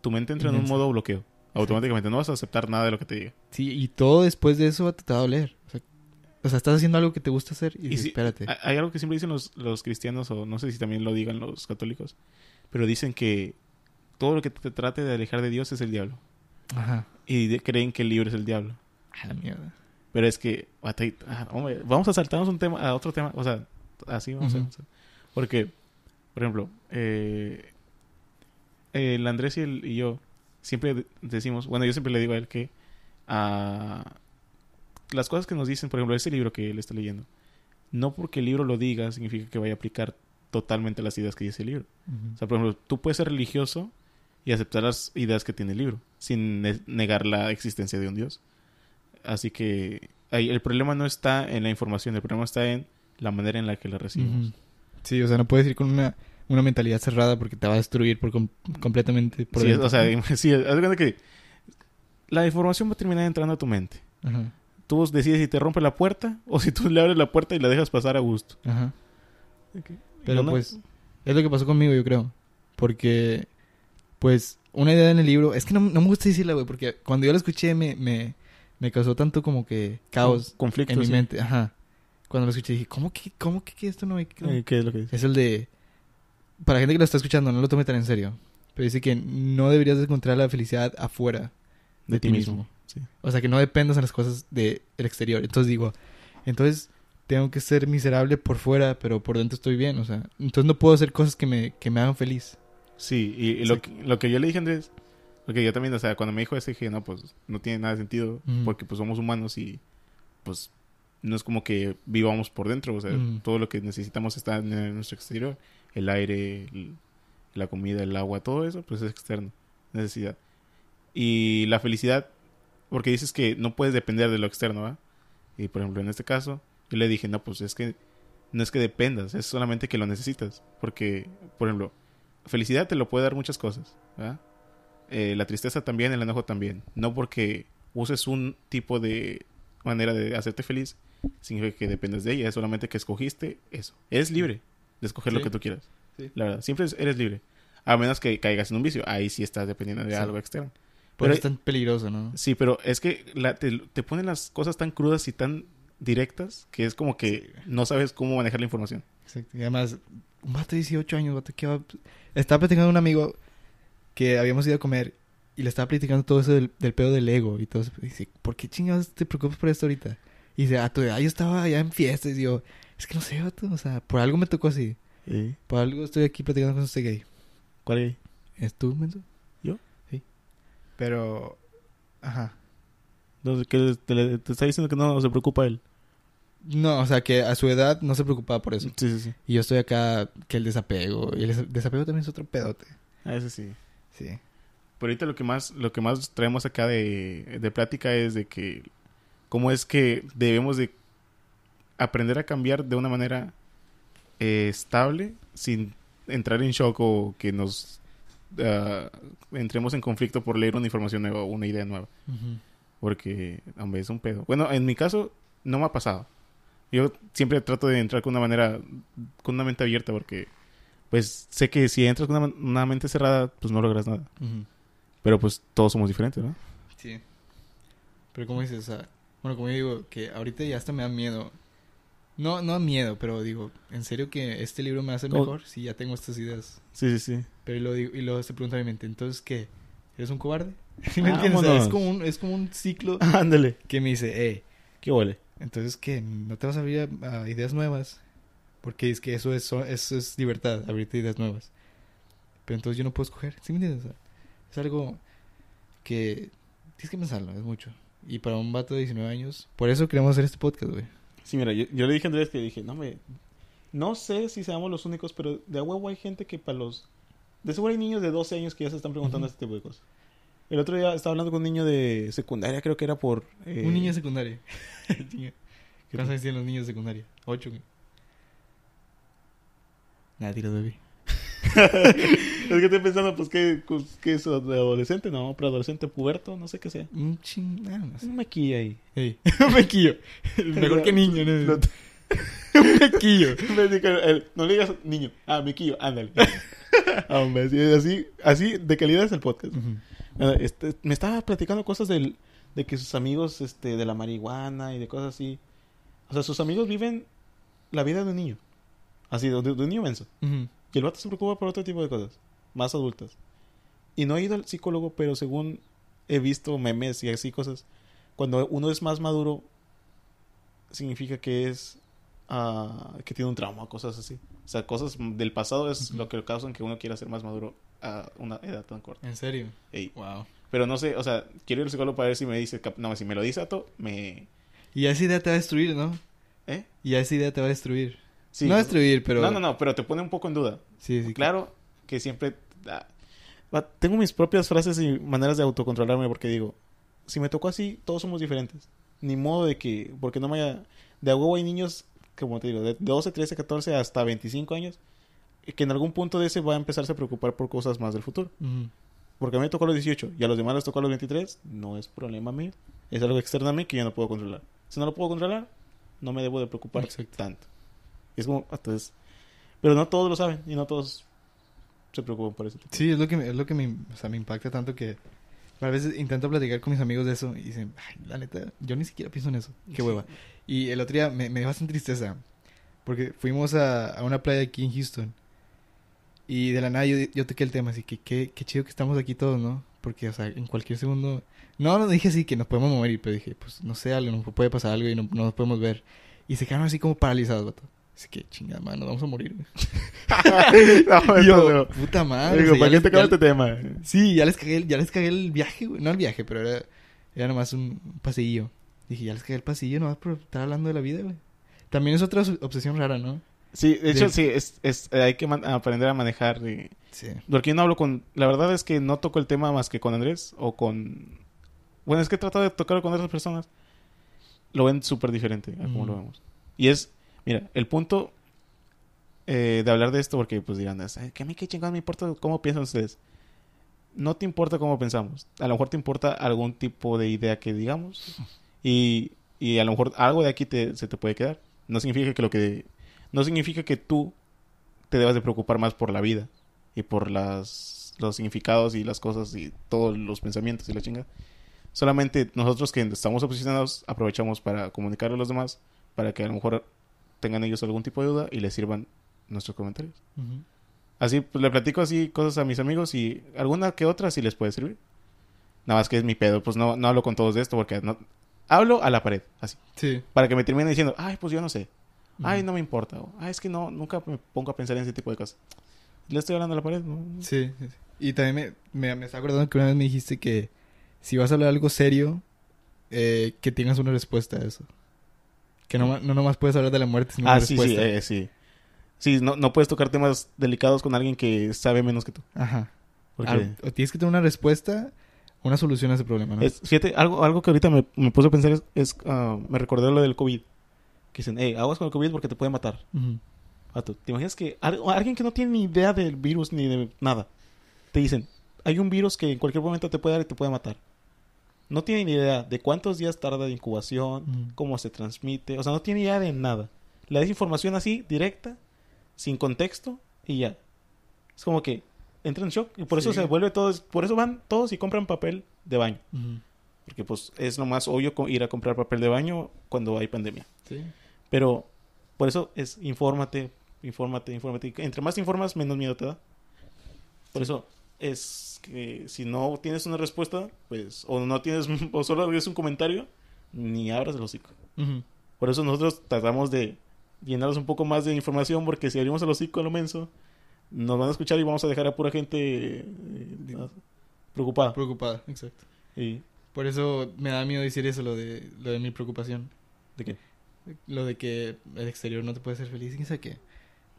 [SPEAKER 1] Tu mente entra en un
[SPEAKER 2] Inmenso.
[SPEAKER 1] modo bloqueo. Automáticamente no vas a aceptar nada de lo que te diga.
[SPEAKER 2] Sí, y todo después de eso, vato, te va a doler. O sea, o sea, estás haciendo algo que te gusta hacer y,
[SPEAKER 1] Y
[SPEAKER 2] dices,
[SPEAKER 1] si- ah,
[SPEAKER 2] espérate.
[SPEAKER 1] ha- Hay algo que siempre dicen los, los cristianos, o no sé si también lo digan los católicos, pero dicen que todo lo que te trate de alejar de Dios es el diablo.
[SPEAKER 2] Ajá.
[SPEAKER 1] Y de- creen que el libre es el diablo.
[SPEAKER 2] A la mierda.
[SPEAKER 1] Pero es que, vato, y- ah, hombre, vamos a saltarnos un tema, a otro tema, o sea, así vamos a-
[SPEAKER 2] Ujú.
[SPEAKER 1] vamos a... Porque, por ejemplo, eh, el Andrés y, el- y yo siempre de- decimos, bueno, yo siempre le digo a él que ah, las cosas que nos dicen, por ejemplo, ese libro que él está leyendo, no porque el libro lo diga significa que vaya a aplicar totalmente las ideas que dice el libro. O sea, por ejemplo, tú puedes ser religioso y aceptar las ideas que tiene el libro, sin ne- negar la existencia de un Dios. Así que ahí el problema no está en la información, el problema está en la manera en la que la recibimos.
[SPEAKER 2] Ujú. Sí, o sea, no puedes ir con una, una mentalidad cerrada porque te va a destruir por com- completamente. Por
[SPEAKER 1] Sí,
[SPEAKER 2] dentro.
[SPEAKER 1] o sea, <laughs> sí, haz de cuenta que la información va a terminar entrando a tu mente.
[SPEAKER 2] Ajá.
[SPEAKER 1] Tú decides si te rompe la puerta o si tú le abres la puerta y la dejas pasar a gusto.
[SPEAKER 2] Ajá. Pero
[SPEAKER 1] No, no.
[SPEAKER 2] pues, es lo que pasó conmigo, yo creo. Porque, pues, una idea en el libro. Es que no, no me gusta decirla, güey, porque cuando yo la escuché me, me, me causó tanto como que caos
[SPEAKER 1] conflicto
[SPEAKER 2] en mi
[SPEAKER 1] sí.
[SPEAKER 2] mente. Ajá. Cuando la escuché dije, ¿cómo que, cómo que, que esto no hay? que-
[SPEAKER 1] Eh, ¿Qué es lo que dice?
[SPEAKER 2] Es el de. Para gente que lo está escuchando, no lo tome tan en serio. Pero dice que no deberías de encontrar la felicidad afuera de, ti mismo.
[SPEAKER 1] Sí.
[SPEAKER 2] O sea, que no dependas de las cosas del exterior. Entonces digo, entonces tengo que ser miserable por fuera, pero por dentro estoy bien. O sea, entonces no puedo hacer cosas que me, que me hagan feliz.
[SPEAKER 1] Sí, y, y lo, que, lo que yo le dije a Andrés, porque yo también, o sea, cuando me dijo eso dije, no, pues no tiene nada de sentido,
[SPEAKER 2] Ujú.
[SPEAKER 1] porque pues somos humanos y pues no es como que vivamos por dentro, o sea,
[SPEAKER 2] Ujú.
[SPEAKER 1] todo lo que necesitamos está en, en nuestro exterior, el aire, el- la comida, el agua, todo eso, pues es externo, necesidad. Y la felicidad, porque dices que no puedes depender de lo externo, ¿va? Y por ejemplo, en este caso, yo le dije, no, pues es que no es que dependas, es solamente que lo necesitas, porque, por ejemplo, felicidad te lo puede dar muchas cosas. ¿verdad? Eh, la tristeza también, el enojo también. No porque uses un tipo de manera de hacerte feliz, significa que dependes de ella. Es solamente que escogiste eso. Eres libre de escoger lo
[SPEAKER 2] Sí.
[SPEAKER 1] que tú quieras.
[SPEAKER 2] Sí.
[SPEAKER 1] La verdad, siempre es- eres libre. A menos que caigas en un vicio. Ahí sí estás dependiendo de
[SPEAKER 2] Sí.
[SPEAKER 1] algo externo.
[SPEAKER 2] Por
[SPEAKER 1] Pero-
[SPEAKER 2] eso es tan peligroso, ¿no?
[SPEAKER 1] Sí, pero es que la- te, te ponen las cosas tan crudas y tan directas que es como que no sabes cómo manejar la información.
[SPEAKER 2] Exacto. Y además, un vato de 18 años, vato, que va... Estaba platicando con un amigo que habíamos ido a comer Y le estaba platicando todo eso del, del pedo del ego. Y todo eso. Y dice, ¿por qué chingados te preocupas por esto ahorita? Y dice, ah, tu edad yo estaba allá en fiestas. Y yo, es que no sé, vato. O sea, por algo me tocó así.
[SPEAKER 1] ¿Y?
[SPEAKER 2] Por algo estoy aquí platicando con este gay.
[SPEAKER 1] ¿Cuál gay?
[SPEAKER 2] ¿Es tú, Menso?
[SPEAKER 1] ¿Yo?
[SPEAKER 2] Sí. Pero, ajá.
[SPEAKER 1] Entonces, ¿qué te, le- te está diciendo que no se preocupa él?
[SPEAKER 2] No, o sea, que a su edad no se preocupaba por eso.
[SPEAKER 1] Sí, sí, sí.
[SPEAKER 2] Y yo estoy acá, que el desapego. Y el desa- desapego también es otro pedote.
[SPEAKER 1] A ese sí.
[SPEAKER 2] Sí.
[SPEAKER 1] Pero ahorita lo que más, lo que más traemos acá de, de plática es de que cómo es que debemos de aprender a cambiar de una manera eh, estable sin entrar en shock o que nos ah, entremos en conflicto por leer una información nueva o una idea nueva. Porque, hombre, es un pedo. Bueno, en mi caso no me ha pasado. Yo siempre trato de entrar con una manera, con una mente abierta porque, pues, sé que si entras con una, man- una mente cerrada, pues no logras nada.
[SPEAKER 2] Ujú.
[SPEAKER 1] Pero pues todos somos diferentes, ¿no?
[SPEAKER 2] Sí. Pero como dices, o sea, bueno, como yo digo, que ahorita ya hasta me da miedo. No, no miedo, pero digo, ¿en serio que este libro me hace
[SPEAKER 1] Como-
[SPEAKER 2] mejor? Si ya tengo estas ideas.
[SPEAKER 1] Sí, sí, sí.
[SPEAKER 2] Pero y luego, digo- y luego se pregunta a mi mente, ¿entonces qué? ¿Eres un cobarde? <laughs> ¿Sí me entiendes? O sea,
[SPEAKER 1] Vámonos.
[SPEAKER 2] es, como un, es como un ciclo
[SPEAKER 1] <laughs> Ándale.
[SPEAKER 2] que me dice, hey,
[SPEAKER 1] ¿Qué huele?
[SPEAKER 2] entonces qué, no te vas a abrir a, a ideas nuevas. Porque es que eso es, so- eso es libertad, abrirte a ideas nuevas. Pero entonces yo no puedo escoger, ¿sí me entiendes? O sea, es algo que tienes que pensarlo, es mucho. Y para un vato de 19 años, por eso queremos hacer este podcast, güey.
[SPEAKER 1] Sí, mira, yo, yo le dije a Andrés que dije, no me... No sé si seamos los únicos, pero de huevo hay gente que para los... De seguro hay niños de 12 años que ya se están preguntando
[SPEAKER 2] Ujú.
[SPEAKER 1] este tipo de cosas. El otro día estaba hablando con un niño de secundaria, creo que era por... eh,
[SPEAKER 2] Un niño de <laughs> secundaria. Chinga.
[SPEAKER 1] ¿Qué
[SPEAKER 2] ¿Cuántos años tienen los niños de secundaria? ¿Ocho? güey. Nada, tira, baby.
[SPEAKER 1] Es que estoy pensando, pues, ¿qué, pues, qué es adolescente? No, preadolescente, puberto, no sé qué sea.
[SPEAKER 2] Un ching... ah, no sé.
[SPEAKER 1] Un mequillo ahí.
[SPEAKER 2] Ey, <laughs> un pequillo. Mejor que niño, ¿no?
[SPEAKER 1] No,
[SPEAKER 2] <laughs> un pequillo.
[SPEAKER 1] <laughs> Me dijo él, no le digas niño, ah, mequillo, ándale. <laughs> Ah, Hombre, así, así, así de calidad es el podcast. Nada, este, me estaba platicando cosas del, de que sus amigos este, de la marihuana y de cosas así. O sea, sus amigos viven la vida de un niño. Así, de, de un niño menso.
[SPEAKER 2] Ujú.
[SPEAKER 1] Y el vato se preocupa por otro tipo de cosas, más adultas. Y no he ido al psicólogo, pero según he visto memes y así cosas, cuando uno es más maduro, significa que es. ah, que tiene un trauma, cosas así. O sea, cosas del pasado es
[SPEAKER 2] Ujú.
[SPEAKER 1] lo que causan que uno quiera ser más maduro a una edad tan corta.
[SPEAKER 2] ¿En serio?
[SPEAKER 1] Ey.
[SPEAKER 2] Wow.
[SPEAKER 1] Pero no sé, o sea, quiero ir al psicólogo para ver si me dice, cap- no, si me lo dice Ato, me...
[SPEAKER 2] Y esa idea te va a destruir, ¿no?
[SPEAKER 1] ¿Eh?
[SPEAKER 2] Y esa idea te va a destruir.
[SPEAKER 1] Sí.
[SPEAKER 2] No destruir, pero...
[SPEAKER 1] No, no, no, pero te pone un poco en duda.
[SPEAKER 2] Sí, sí.
[SPEAKER 1] Claro que siempre... ah, va- tengo mis propias frases y maneras de autocontrolarme porque digo, si me tocó así, todos somos diferentes. Ni modo de que, porque no me haya... De a huevo hay niños, como te digo, de 12, 13, 14 hasta 25 años, que en algún punto de ese va a empezarse a preocupar por cosas más del futuro.
[SPEAKER 2] Ujú.
[SPEAKER 1] Porque a mí me tocó a los 18 y a los demás les tocó a los 23, no es problema mío. Es algo externo a mí que yo no puedo controlar. Si no lo puedo controlar, no me debo de preocupar
[SPEAKER 2] Exacto.
[SPEAKER 1] tanto. Y es como, ah, entonces... Pero no todos lo saben y no todos se preocupan por eso.
[SPEAKER 2] Sí, es lo que, me- es lo que me, o sea, me impacta tanto que... A veces intento platicar con mis amigos de eso y dicen, "Ay, la neta, yo ni siquiera pienso en eso.
[SPEAKER 1] <laughs>
[SPEAKER 2] Qué hueva. Y el otro día me, me dio bastante tristeza. Porque fuimos a, a una playa aquí en Houston. Y de la nada yo, yo toqué el tema. Así que qué, qué chido que estamos aquí todos, ¿no? Porque, o sea, en cualquier segundo... No, no dije así que nos podemos morir. Pero dije, pues, no sé, algo, nos puede pasar algo y no, no nos podemos ver. Y se quedaron así como paralizados, vato. Así que, chingada, madre, nos vamos a
[SPEAKER 1] <laughs>
[SPEAKER 2] morir. güey".
[SPEAKER 1] pues no,
[SPEAKER 2] Y
[SPEAKER 1] yo,
[SPEAKER 2] yo, puta madre.
[SPEAKER 1] digo,
[SPEAKER 2] o sea,
[SPEAKER 1] ¿para
[SPEAKER 2] ya
[SPEAKER 1] qué te
[SPEAKER 2] les- ya
[SPEAKER 1] acabas este tema?
[SPEAKER 2] Sí, ya les cagué, el- ya les cagué el viaje, güey. No el viaje, pero era, era nomás un paseillo. Dije, ya les cagué el paseillo nomás por estar hablando de la vida, güey. También es otra obs- obsesión rara, ¿no?
[SPEAKER 1] Sí, de hecho,
[SPEAKER 2] Sí.
[SPEAKER 1] sí, es, es- eh, hay que man- aprender a manejar. eh,
[SPEAKER 2] Sí.
[SPEAKER 1] Porque yo no hablo con... La verdad es que no toco el tema más que con Andrés o con... Bueno, es que he tratado de tocarlo con otras personas. Lo ven súper diferente a como
[SPEAKER 2] Mm.
[SPEAKER 1] lo vemos. Y es... Mira, el punto eh, de hablar de esto, porque pues dirán, "Ay, que a mí qué chingados me importa cómo piensan ustedes. No te importa cómo pensamos. A lo mejor te importa algún tipo de idea que digamos. Y, y a lo mejor algo de aquí te- se te puede quedar. No significa que lo que... No significa que tú te debas de preocupar más por la vida y por las, los significados y las cosas y todos los pensamientos y la chinga. Solamente nosotros que estamos obsesionados aprovechamos para comunicarle a los demás para que a lo mejor tengan ellos algún tipo de duda y les sirvan nuestros comentarios.
[SPEAKER 2] Ujú.
[SPEAKER 1] Así pues, le platico así cosas a mis amigos y alguna que otra sí les puede servir. Nada más que es mi pedo. Pues no, no hablo con todos de esto porque no... Hablo a la pared, así.
[SPEAKER 2] Sí.
[SPEAKER 1] Para que me terminen diciendo, ay, pues yo no sé. Ay, no me importa. o, ay, es que no, nunca me pongo a pensar en ese tipo de cosas. Le estoy hablando a la pared. ¿no?
[SPEAKER 2] Sí. sí, sí. Y también me, me, me está acordando que una vez me dijiste que si vas a hablar algo serio, eh, que tengas una respuesta a eso. Que no, ma- no nomás puedes hablar de la muerte, sino
[SPEAKER 1] Ah,
[SPEAKER 2] una
[SPEAKER 1] sí, sí,
[SPEAKER 2] respuesta.
[SPEAKER 1] eh, sí. Sí, no, no puedes tocar temas delicados con alguien que sabe menos que tú.
[SPEAKER 2] Ajá.
[SPEAKER 1] Porque
[SPEAKER 2] Al- o tienes que tener una respuesta, una solución a ese problema, ¿no?
[SPEAKER 1] es- fíjate, algo, algo que ahorita me, me puse a pensar es, es, ah, me recordé lo del COVID. Que dicen, hey, aguas con el COVID porque te puede matar.
[SPEAKER 2] Ujú.
[SPEAKER 1] Vato, ¿te imaginas que al- alguien que no tiene ni idea del virus ni de nada, te dicen, hay un virus que en cualquier momento te puede dar y te puede matar? No tiene ni idea de cuántos días tarda de incubación,
[SPEAKER 2] Ujú.
[SPEAKER 1] cómo se transmite, o sea, no tiene idea de nada. Le das información así, directa, sin contexto, y ya. Es como que entra en shock, y por eso
[SPEAKER 2] Sí.
[SPEAKER 1] se vuelve todos, por eso van todos y compran papel de baño.
[SPEAKER 2] Ujú.
[SPEAKER 1] Porque pues es lo más obvio co- ir a comprar papel de baño cuando hay pandemia.
[SPEAKER 2] Sí.
[SPEAKER 1] Pero por eso es infórmate, infórmate, infórmate. Y Entre más te informas, menos miedo te da. Por eso es que si no tienes una respuesta, pues, o no tienes, <laughs> o solo lees un comentario, ni abras el hocico.
[SPEAKER 2] Ujú.
[SPEAKER 1] Por eso nosotros tratamos de llenarnos un poco más de información, porque si abrimos el hocico a lo menso, nos van a escuchar y vamos a dejar a pura gente eh, más preocupada.
[SPEAKER 2] Preocupada, exacto.
[SPEAKER 1] Y,
[SPEAKER 2] Por eso me da miedo decir eso, lo de, lo de mi preocupación.
[SPEAKER 1] ¿De qué?
[SPEAKER 2] Lo de que el exterior no te puede hacer feliz, quién sabe qué.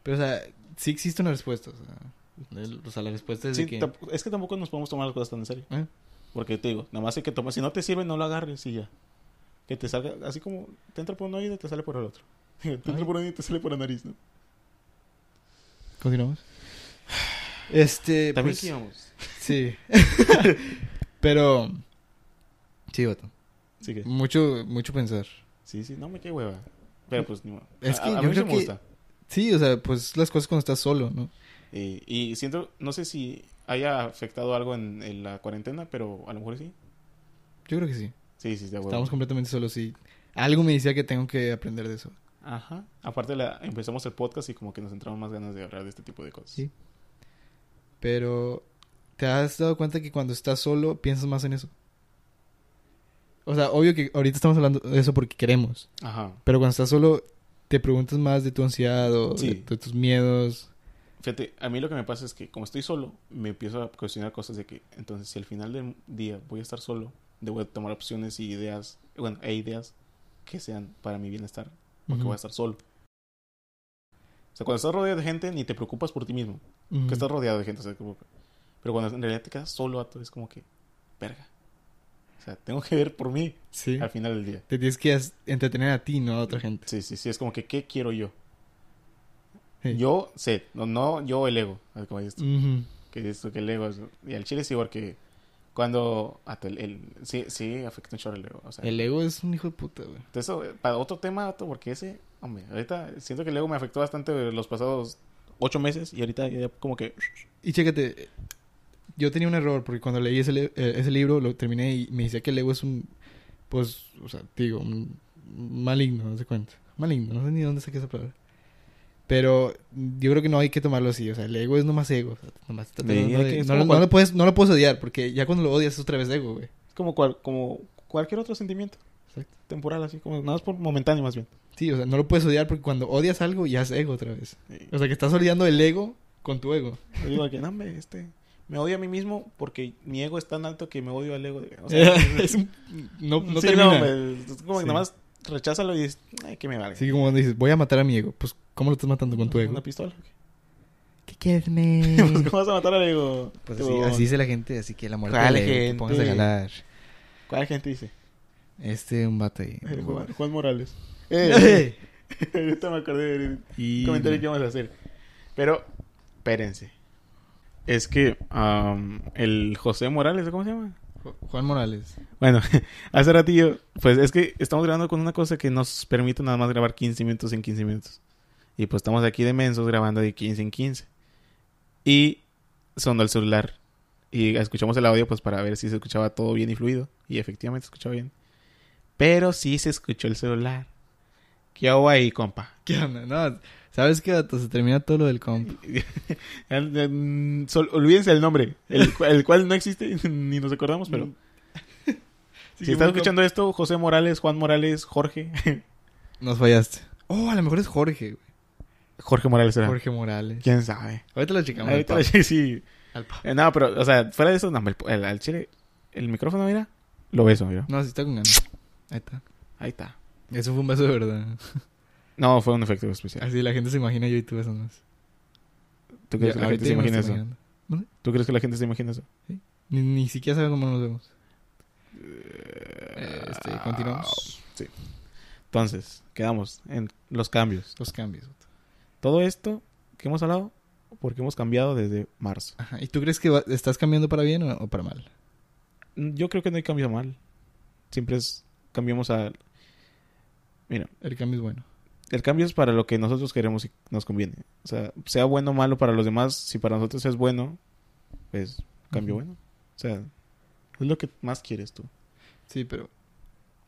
[SPEAKER 2] Pero, o sea, sí existe una respuesta. O sea, el- o sea, la respuesta es
[SPEAKER 1] Sí,
[SPEAKER 2] de que...
[SPEAKER 1] tamp- es que tampoco nos podemos tomar las cosas tan en serio.
[SPEAKER 2] ¿Eh?
[SPEAKER 1] Porque te digo, nada más hay que tomar. Si no te sirve, no lo agarres y ya. Que te salga, así como te entra por un oído y te sale por el otro. <laughs> te entra
[SPEAKER 2] Ay.
[SPEAKER 1] por un oído y te sale por la nariz, ¿no?
[SPEAKER 2] Continuamos. Este,
[SPEAKER 1] También
[SPEAKER 2] pues,
[SPEAKER 1] que íbamos.
[SPEAKER 2] sí. <laughs> Pero, sí, vato.
[SPEAKER 1] Sí, que-
[SPEAKER 2] Mucho, mucho pensar.
[SPEAKER 1] sí, sí, no me qué hueva. Pero pues, ni modo.
[SPEAKER 2] Es
[SPEAKER 1] A-
[SPEAKER 2] que
[SPEAKER 1] a, a mí
[SPEAKER 2] yo
[SPEAKER 1] sí
[SPEAKER 2] creo
[SPEAKER 1] me
[SPEAKER 2] que-
[SPEAKER 1] gusta.
[SPEAKER 2] Sí, o sea, pues las cosas cuando estás solo, ¿no?
[SPEAKER 1] Eh, y siento, no sé si haya afectado algo en, en la cuarentena, pero a lo mejor sí.
[SPEAKER 2] Yo creo que sí.
[SPEAKER 1] Sí, sí, de huevo.
[SPEAKER 2] Estamos completamente solos y algo me decía que tengo que aprender de eso.
[SPEAKER 1] Ajá. Aparte, la, empezamos el podcast y como que nos entraron más ganas de hablar de este tipo de cosas.
[SPEAKER 2] Sí. Pero te has dado cuenta que cuando estás solo piensas más en eso. O sea, obvio que ahorita estamos hablando de eso porque queremos.
[SPEAKER 1] Ajá.
[SPEAKER 2] Pero cuando estás solo te preguntas más de tu ansiedad o
[SPEAKER 1] Sí.
[SPEAKER 2] de, tu- de tus miedos.
[SPEAKER 1] Fíjate, a mí lo que me pasa es que como estoy solo, me empiezo a cuestionar cosas de que, entonces, si al final del día voy a estar solo, debo de tomar opciones y ideas, bueno, e ideas que sean para mi bienestar, porque
[SPEAKER 2] Ujú.
[SPEAKER 1] voy a estar solo. O sea, cuando estás rodeado de gente, ni te preocupas por ti mismo,
[SPEAKER 2] Ujú.
[SPEAKER 1] que estás rodeado de gente, o sea, como- pero cuando en realidad te quedas solo, vato, es como que, verga. O sea, tengo que ver por mí
[SPEAKER 2] Sí.
[SPEAKER 1] al final del día.
[SPEAKER 2] Te tienes que as- entretener a ti, no a otra gente.
[SPEAKER 1] Sí, sí, sí, es como que, ¿qué quiero yo?
[SPEAKER 2] Sí.
[SPEAKER 1] Yo sé, no, no yo el ego, así como dices tú.
[SPEAKER 2] Ujú.
[SPEAKER 1] que esto que el ego es- y al chile sí porque cuando hasta el, el- sí sí afecta un chorro el ego o sea
[SPEAKER 2] El ego es un hijo de puta, güey.
[SPEAKER 1] entonces, eso, eh, para otro tema vato, porque ese hombre ahorita siento que el ego me afectó bastante los pasados ocho meses y ahorita ya como que
[SPEAKER 2] Y chécate, yo tenía un error porque cuando leí ese, li- eh, ese libro lo terminé y me decía que el ego es un, pues, o sea, te digo, un maligno, no sé cuenta. Maligno, no sé ni dónde saqué esa palabra. Pero yo creo que no hay que tomarlo así, o sea, el ego es nomás ego. o sea, nomás está
[SPEAKER 1] Me
[SPEAKER 2] tratando
[SPEAKER 1] diría
[SPEAKER 2] de-
[SPEAKER 1] que es
[SPEAKER 2] no,
[SPEAKER 1] como
[SPEAKER 2] lo- no
[SPEAKER 1] cual-
[SPEAKER 2] lo puedes, no lo puedes odiar porque ya cuando lo odias es otra vez ego, güey.
[SPEAKER 1] es como cual- como cualquier otro sentimiento
[SPEAKER 2] Exacto.
[SPEAKER 1] temporal así como nada más por momentáneo más bien
[SPEAKER 2] Sí, o sea, no lo puedes odiar porque cuando odias algo ya es ego otra vez.
[SPEAKER 1] Eh,
[SPEAKER 2] O sea, que estás odiando el ego con tu ego.
[SPEAKER 1] yo digo que no hombre este me odio a mí mismo porque mi ego es tan alto que me odio al ego o sea,
[SPEAKER 2] <laughs> es un- no, no
[SPEAKER 1] sí,
[SPEAKER 2] termina.
[SPEAKER 1] hombre, es como que
[SPEAKER 2] Sí.
[SPEAKER 1] nada más recházalo y dices ay que me valga
[SPEAKER 2] Así que como cuando dices, voy a matar a mi ego, pues, ¿cómo lo estás matando con tu ego?
[SPEAKER 1] una pistola
[SPEAKER 2] ¿Qué quieres, <laughs> me?
[SPEAKER 1] pues cómo vas a matar al ego
[SPEAKER 2] Mm. Pues
[SPEAKER 1] Tipo,
[SPEAKER 2] así, así dice la gente, así que la muerte
[SPEAKER 1] ¿Cuál
[SPEAKER 2] del ego, te
[SPEAKER 1] gente?
[SPEAKER 2] pongas a jalar.
[SPEAKER 1] ¿Cuál gente
[SPEAKER 2] <laughs>
[SPEAKER 1] dice?
[SPEAKER 2] Este, un vato ahí.
[SPEAKER 1] El
[SPEAKER 2] un
[SPEAKER 1] Juan,
[SPEAKER 2] huevo.
[SPEAKER 1] <laughs> Juan
[SPEAKER 2] <laughs>
[SPEAKER 1] Morales. Eh, <laughs>
[SPEAKER 2] ¡Eh!
[SPEAKER 1] ahorita me acordé del <laughs>
[SPEAKER 2] Y-
[SPEAKER 1] comentario que íbamos a hacer. Pero, espérense. Es que am, el José Morales, ¿cómo se llama?
[SPEAKER 2] Ju- Juan Morales. <laughs>
[SPEAKER 1] Bueno, <laughs> hace ratillo, pues es que estamos grabando con una cosa que nos permite nada más grabar 15 minutos en 15 minutos. Y pues estamos aquí de mensos grabando de 15 en 15. Y sonó el celular. Y escuchamos el audio pues para ver si se escuchaba todo bien y fluido. Y efectivamente se escuchaba bien. Pero sí se escuchó el celular. ¿Qué hago ahí, compa?
[SPEAKER 2] ¿Qué onda? No, ¿sabes qué, vato? Se termina todo lo del comp.
[SPEAKER 1] <laughs> Mm, sol- olvídense el nombre, el, cu- el cual no existe ni nos acordamos, pero Si estás escuchando esto, José Morales, Juan Morales, Jorge. <laughs>
[SPEAKER 2] Nos fallaste. Oh, a lo mejor es Jorge, güey.
[SPEAKER 1] Jorge Morales era.
[SPEAKER 2] Jorge Morales.
[SPEAKER 1] ¿Quién sabe?
[SPEAKER 2] Ahorita lo checamos.
[SPEAKER 1] Ahorita <laughs>
[SPEAKER 2] al
[SPEAKER 1] sí, sí.
[SPEAKER 2] pap, al pap.
[SPEAKER 1] Eh, No, pero, o sea, fuera de eso, no, el, el- al chile, el micrófono, mira, lo beso, mira.
[SPEAKER 2] No, sí está con ganas. Ahí está.
[SPEAKER 1] Ahí está.
[SPEAKER 2] Eso fue un beso de verdad.
[SPEAKER 1] No, fue un efecto especial.
[SPEAKER 2] Así la gente se imagina yo y tú besos más.
[SPEAKER 1] ¿Tú crees que la
[SPEAKER 2] Ahorita
[SPEAKER 1] gente se
[SPEAKER 2] ya este me lo
[SPEAKER 1] imagina
[SPEAKER 2] estoy
[SPEAKER 1] eso?
[SPEAKER 2] imaginando.
[SPEAKER 1] ¿Tú crees que la gente se imagina eso?
[SPEAKER 2] Ni, ni siquiera sabe cómo nos vemos. Eh, este, continuamos.
[SPEAKER 1] Ah, Sí. Entonces, quedamos en los cambios.
[SPEAKER 2] Los cambios. vato.
[SPEAKER 1] Todo esto que hemos hablado, porque hemos cambiado desde marzo.
[SPEAKER 2] Ajá. ¿Y tú crees que va- estás cambiando para bien o, o para mal?
[SPEAKER 1] Yo creo que no hay cambio mal. Siempre es, cambiamos a... Mira,
[SPEAKER 2] El cambio es bueno.
[SPEAKER 1] el cambio es para lo que nosotros queremos y nos conviene. O sea, sea bueno o malo para los demás, si para nosotros es bueno, pues cambio
[SPEAKER 2] Ujú.
[SPEAKER 1] bueno. O sea, es lo que más quieres tú.
[SPEAKER 2] Sí, pero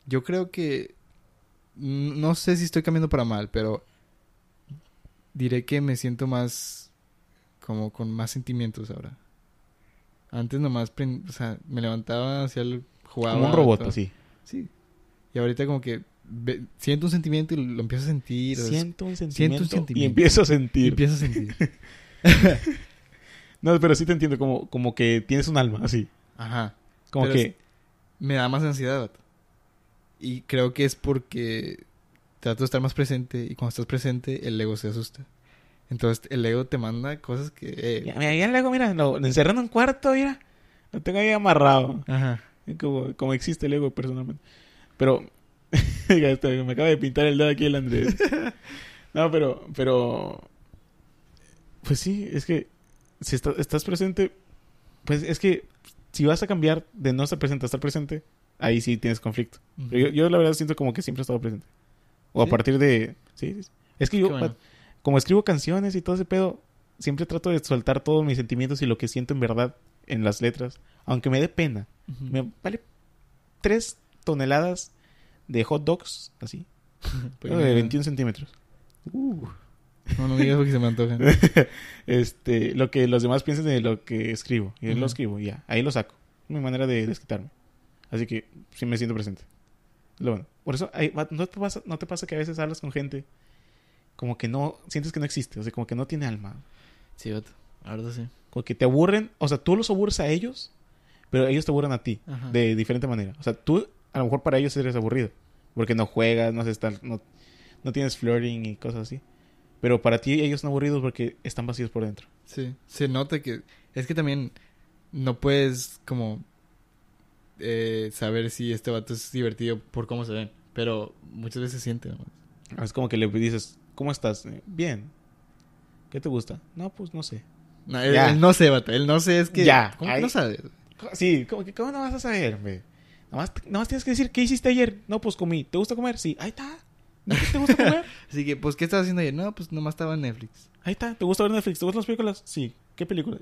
[SPEAKER 2] yo creo que n- no sé si estoy cambiando para mal, pero diré que me siento más como con más sentimientos ahora. Antes nomás, pren- o sea, me levantaba, hacía el jugaba
[SPEAKER 1] Como un robot,
[SPEAKER 2] todo.
[SPEAKER 1] así.
[SPEAKER 2] Sí. Y ahorita como que ve- siento un sentimiento y lo empiezo a sentir, o sea,
[SPEAKER 1] Siento un sentimiento,
[SPEAKER 2] siento un
[SPEAKER 1] y
[SPEAKER 2] sentimiento.
[SPEAKER 1] empiezo a
[SPEAKER 2] y
[SPEAKER 1] sentir.
[SPEAKER 2] empiezo a sentir.
[SPEAKER 1] No, pero sí te entiendo, como, como que tienes un alma, así.
[SPEAKER 2] <laughs> Ajá.
[SPEAKER 1] Como
[SPEAKER 2] Pero
[SPEAKER 1] que...
[SPEAKER 2] es- me da más ansiedad. vato. Y creo que es porque trato de estar más presente y cuando estás presente el ego se asusta. Entonces el ego te manda cosas que... eh,
[SPEAKER 1] Mira, mira, mira, luego, mira, lo, lo encerré en un cuarto, mira. Lo tengo ahí amarrado.
[SPEAKER 2] Ajá.
[SPEAKER 1] Como, como existe el ego personalmente. Pero, <laughs> diga esto, me acaba de pintar el dedo aquí el
[SPEAKER 2] <laughs>
[SPEAKER 1] Andrés. No, pero, pero... Pues sí, es que si está- estás presente, pues es que si vas a cambiar de no estar presente a estar presente, ahí sí tienes conflicto.
[SPEAKER 2] Ujú.
[SPEAKER 1] Pero yo, yo la verdad siento como que siempre he estado presente. O
[SPEAKER 2] ¿Sí?
[SPEAKER 1] a partir de... Sí, sí, sí. es que
[SPEAKER 2] Qué
[SPEAKER 1] yo,
[SPEAKER 2] bueno.
[SPEAKER 1] como escribo canciones y todo ese pedo, siempre trato de soltar todos mis sentimientos y lo que siento en verdad en las letras. Aunque me dé pena.
[SPEAKER 2] Ujú.
[SPEAKER 1] Me vale tres toneladas de hot dogs, así.
[SPEAKER 2] Porque
[SPEAKER 1] de
[SPEAKER 2] no-
[SPEAKER 1] 21 centímetros.
[SPEAKER 2] Pues, No, no digas porque se me antoja.
[SPEAKER 1] <laughs> este, lo que los demás piensen de lo que escribo. Y yo
[SPEAKER 2] Ujú.
[SPEAKER 1] lo escribo, y ya. Ahí lo saco. Mi manera de desquitarme. Así que sí me siento presente. Lo bueno. Por eso, ahí va- ¿no, te pasa, ¿no te pasa que a veces hablas con gente como que no, sientes que no existe? O sea, como que no tiene alma.
[SPEAKER 2] Sí, vato. Ahorita sí.
[SPEAKER 1] Como que te aburren, o sea, tú los aburres a ellos, pero ellos te aburren a ti
[SPEAKER 2] Ajá.
[SPEAKER 1] de diferente manera. O sea, tú a lo mejor para ellos eres aburrido, porque no juegas, no haces tal, no, no tienes flirting y cosas así. Pero para ti ellos son aburridos porque están vacíos por dentro.
[SPEAKER 2] Sí. Se nota que... Es que también no puedes como... eh, saber si este vato es divertido por cómo se ven. Pero muchas veces se siente. ¿no?
[SPEAKER 1] Es como que le dices, ¿cómo estás? Eh, Bien. ¿Qué te gusta? No, pues no sé.
[SPEAKER 2] No, él,
[SPEAKER 1] Ya.
[SPEAKER 2] él no sé, vato. Él no sé, es que...
[SPEAKER 1] Ya.
[SPEAKER 2] ¿Cómo que
[SPEAKER 1] Ahí-
[SPEAKER 2] no sabes?
[SPEAKER 1] Co- Sí, como que, ¿cómo no vas a saber, hombre? Nomás, nomás tienes que decir, ¿qué hiciste ayer? No, pues comí. ¿Te gusta comer? Sí. Ahí está. ¿No te gusta comer?
[SPEAKER 2] Así que, pues, ¿qué estabas haciendo ayer? No, pues nomás estaba en Netflix.
[SPEAKER 1] Ahí está. ¿Te gusta ver Netflix? ¿Te gustan las películas? Sí. ¿Qué película?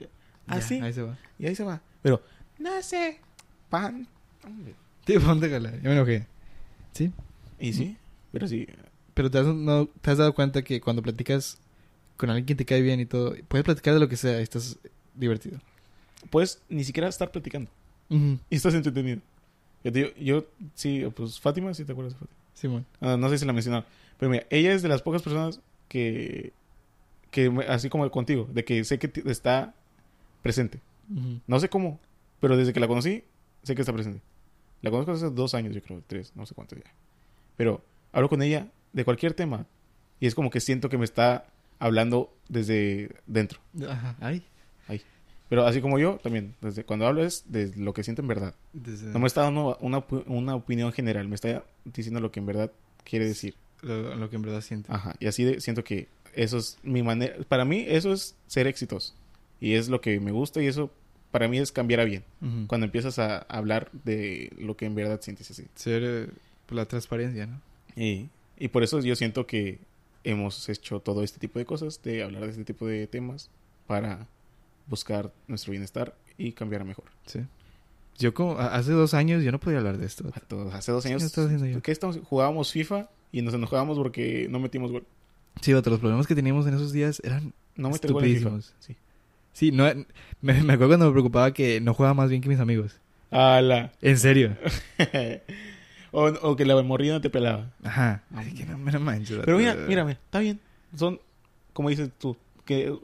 [SPEAKER 1] Ah,
[SPEAKER 2] Ya,
[SPEAKER 1] sí.
[SPEAKER 2] Ahí se va.
[SPEAKER 1] Y ahí se va. Pero, no sé. Pan. Hombre.
[SPEAKER 2] Tío, <laughs> ponte cala. Yo me enojé. Sí.
[SPEAKER 1] Y sí, Mm. pero sí.
[SPEAKER 2] Pero te has, no, te has dado cuenta que cuando platicas con alguien que te cae bien y todo, puedes platicar de lo que sea y estás divertido.
[SPEAKER 1] Puedes ni siquiera estar platicando <laughs>
[SPEAKER 2] Ujú,
[SPEAKER 1] y estás entretenido. Yo, te digo, yo sí, pues Fátima, si te acuerdas de Fátima.
[SPEAKER 2] Simón.
[SPEAKER 1] Ah, no sé si la mencionaron. Pero mira, ella es de las pocas personas que. que me- así como contigo, de que sé que ti- está presente.
[SPEAKER 2] Ujú.
[SPEAKER 1] No sé cómo, pero desde que la conocí, sé que está presente. La conozco hace dos años, yo creo, tres, no sé cuánto ya. Pero hablo con ella de cualquier tema y es como que siento que me está hablando desde dentro.
[SPEAKER 2] Ajá. Ay.
[SPEAKER 1] Pero así como yo, también, desde cuando hablo es de lo que siento en verdad.
[SPEAKER 2] Desde-
[SPEAKER 1] No me está dando una, opi- una opinión general, me está diciendo lo que en verdad quiere decir.
[SPEAKER 2] lo, lo que en verdad siento.
[SPEAKER 1] Ajá, y así de- siento que eso es mi manera, para mí eso es ser exitoso. Y es lo que me gusta y eso para mí es cambiar a bien.
[SPEAKER 2] Ujú.
[SPEAKER 1] Cuando empiezas a hablar de lo que en verdad sientes así.
[SPEAKER 2] Ser eh, por la transparencia, ¿no?
[SPEAKER 1] Y, y por eso yo siento que hemos hecho todo este tipo de cosas, de hablar de este tipo de temas, para buscar nuestro bienestar y cambiar a mejor.
[SPEAKER 2] Sí. Yo como... a- Hace dos años yo no podía hablar de esto.
[SPEAKER 1] A todos. Hace dos
[SPEAKER 2] Sí,
[SPEAKER 1] años
[SPEAKER 2] lo estaba haciendo yo.
[SPEAKER 1] ¿qué estamos? jugábamos FIFA y nos enojábamos porque no metimos gol.
[SPEAKER 2] Sí, vato, los problemas que teníamos en esos días eran
[SPEAKER 1] No meter gol en FIFA.
[SPEAKER 2] Estupidísimos.
[SPEAKER 1] Sí.
[SPEAKER 2] Sí, no, me, me acuerdo cuando me preocupaba que no jugaba más bien que mis amigos.
[SPEAKER 1] Ala.
[SPEAKER 2] En serio.
[SPEAKER 1] <laughs> o, o que la morrilla no te pelaba.
[SPEAKER 2] Ajá. Ay, que no me la manches.
[SPEAKER 1] Pero mira,
[SPEAKER 2] vato.
[SPEAKER 1] mírame, está bien. Son, como dices tú, que uh,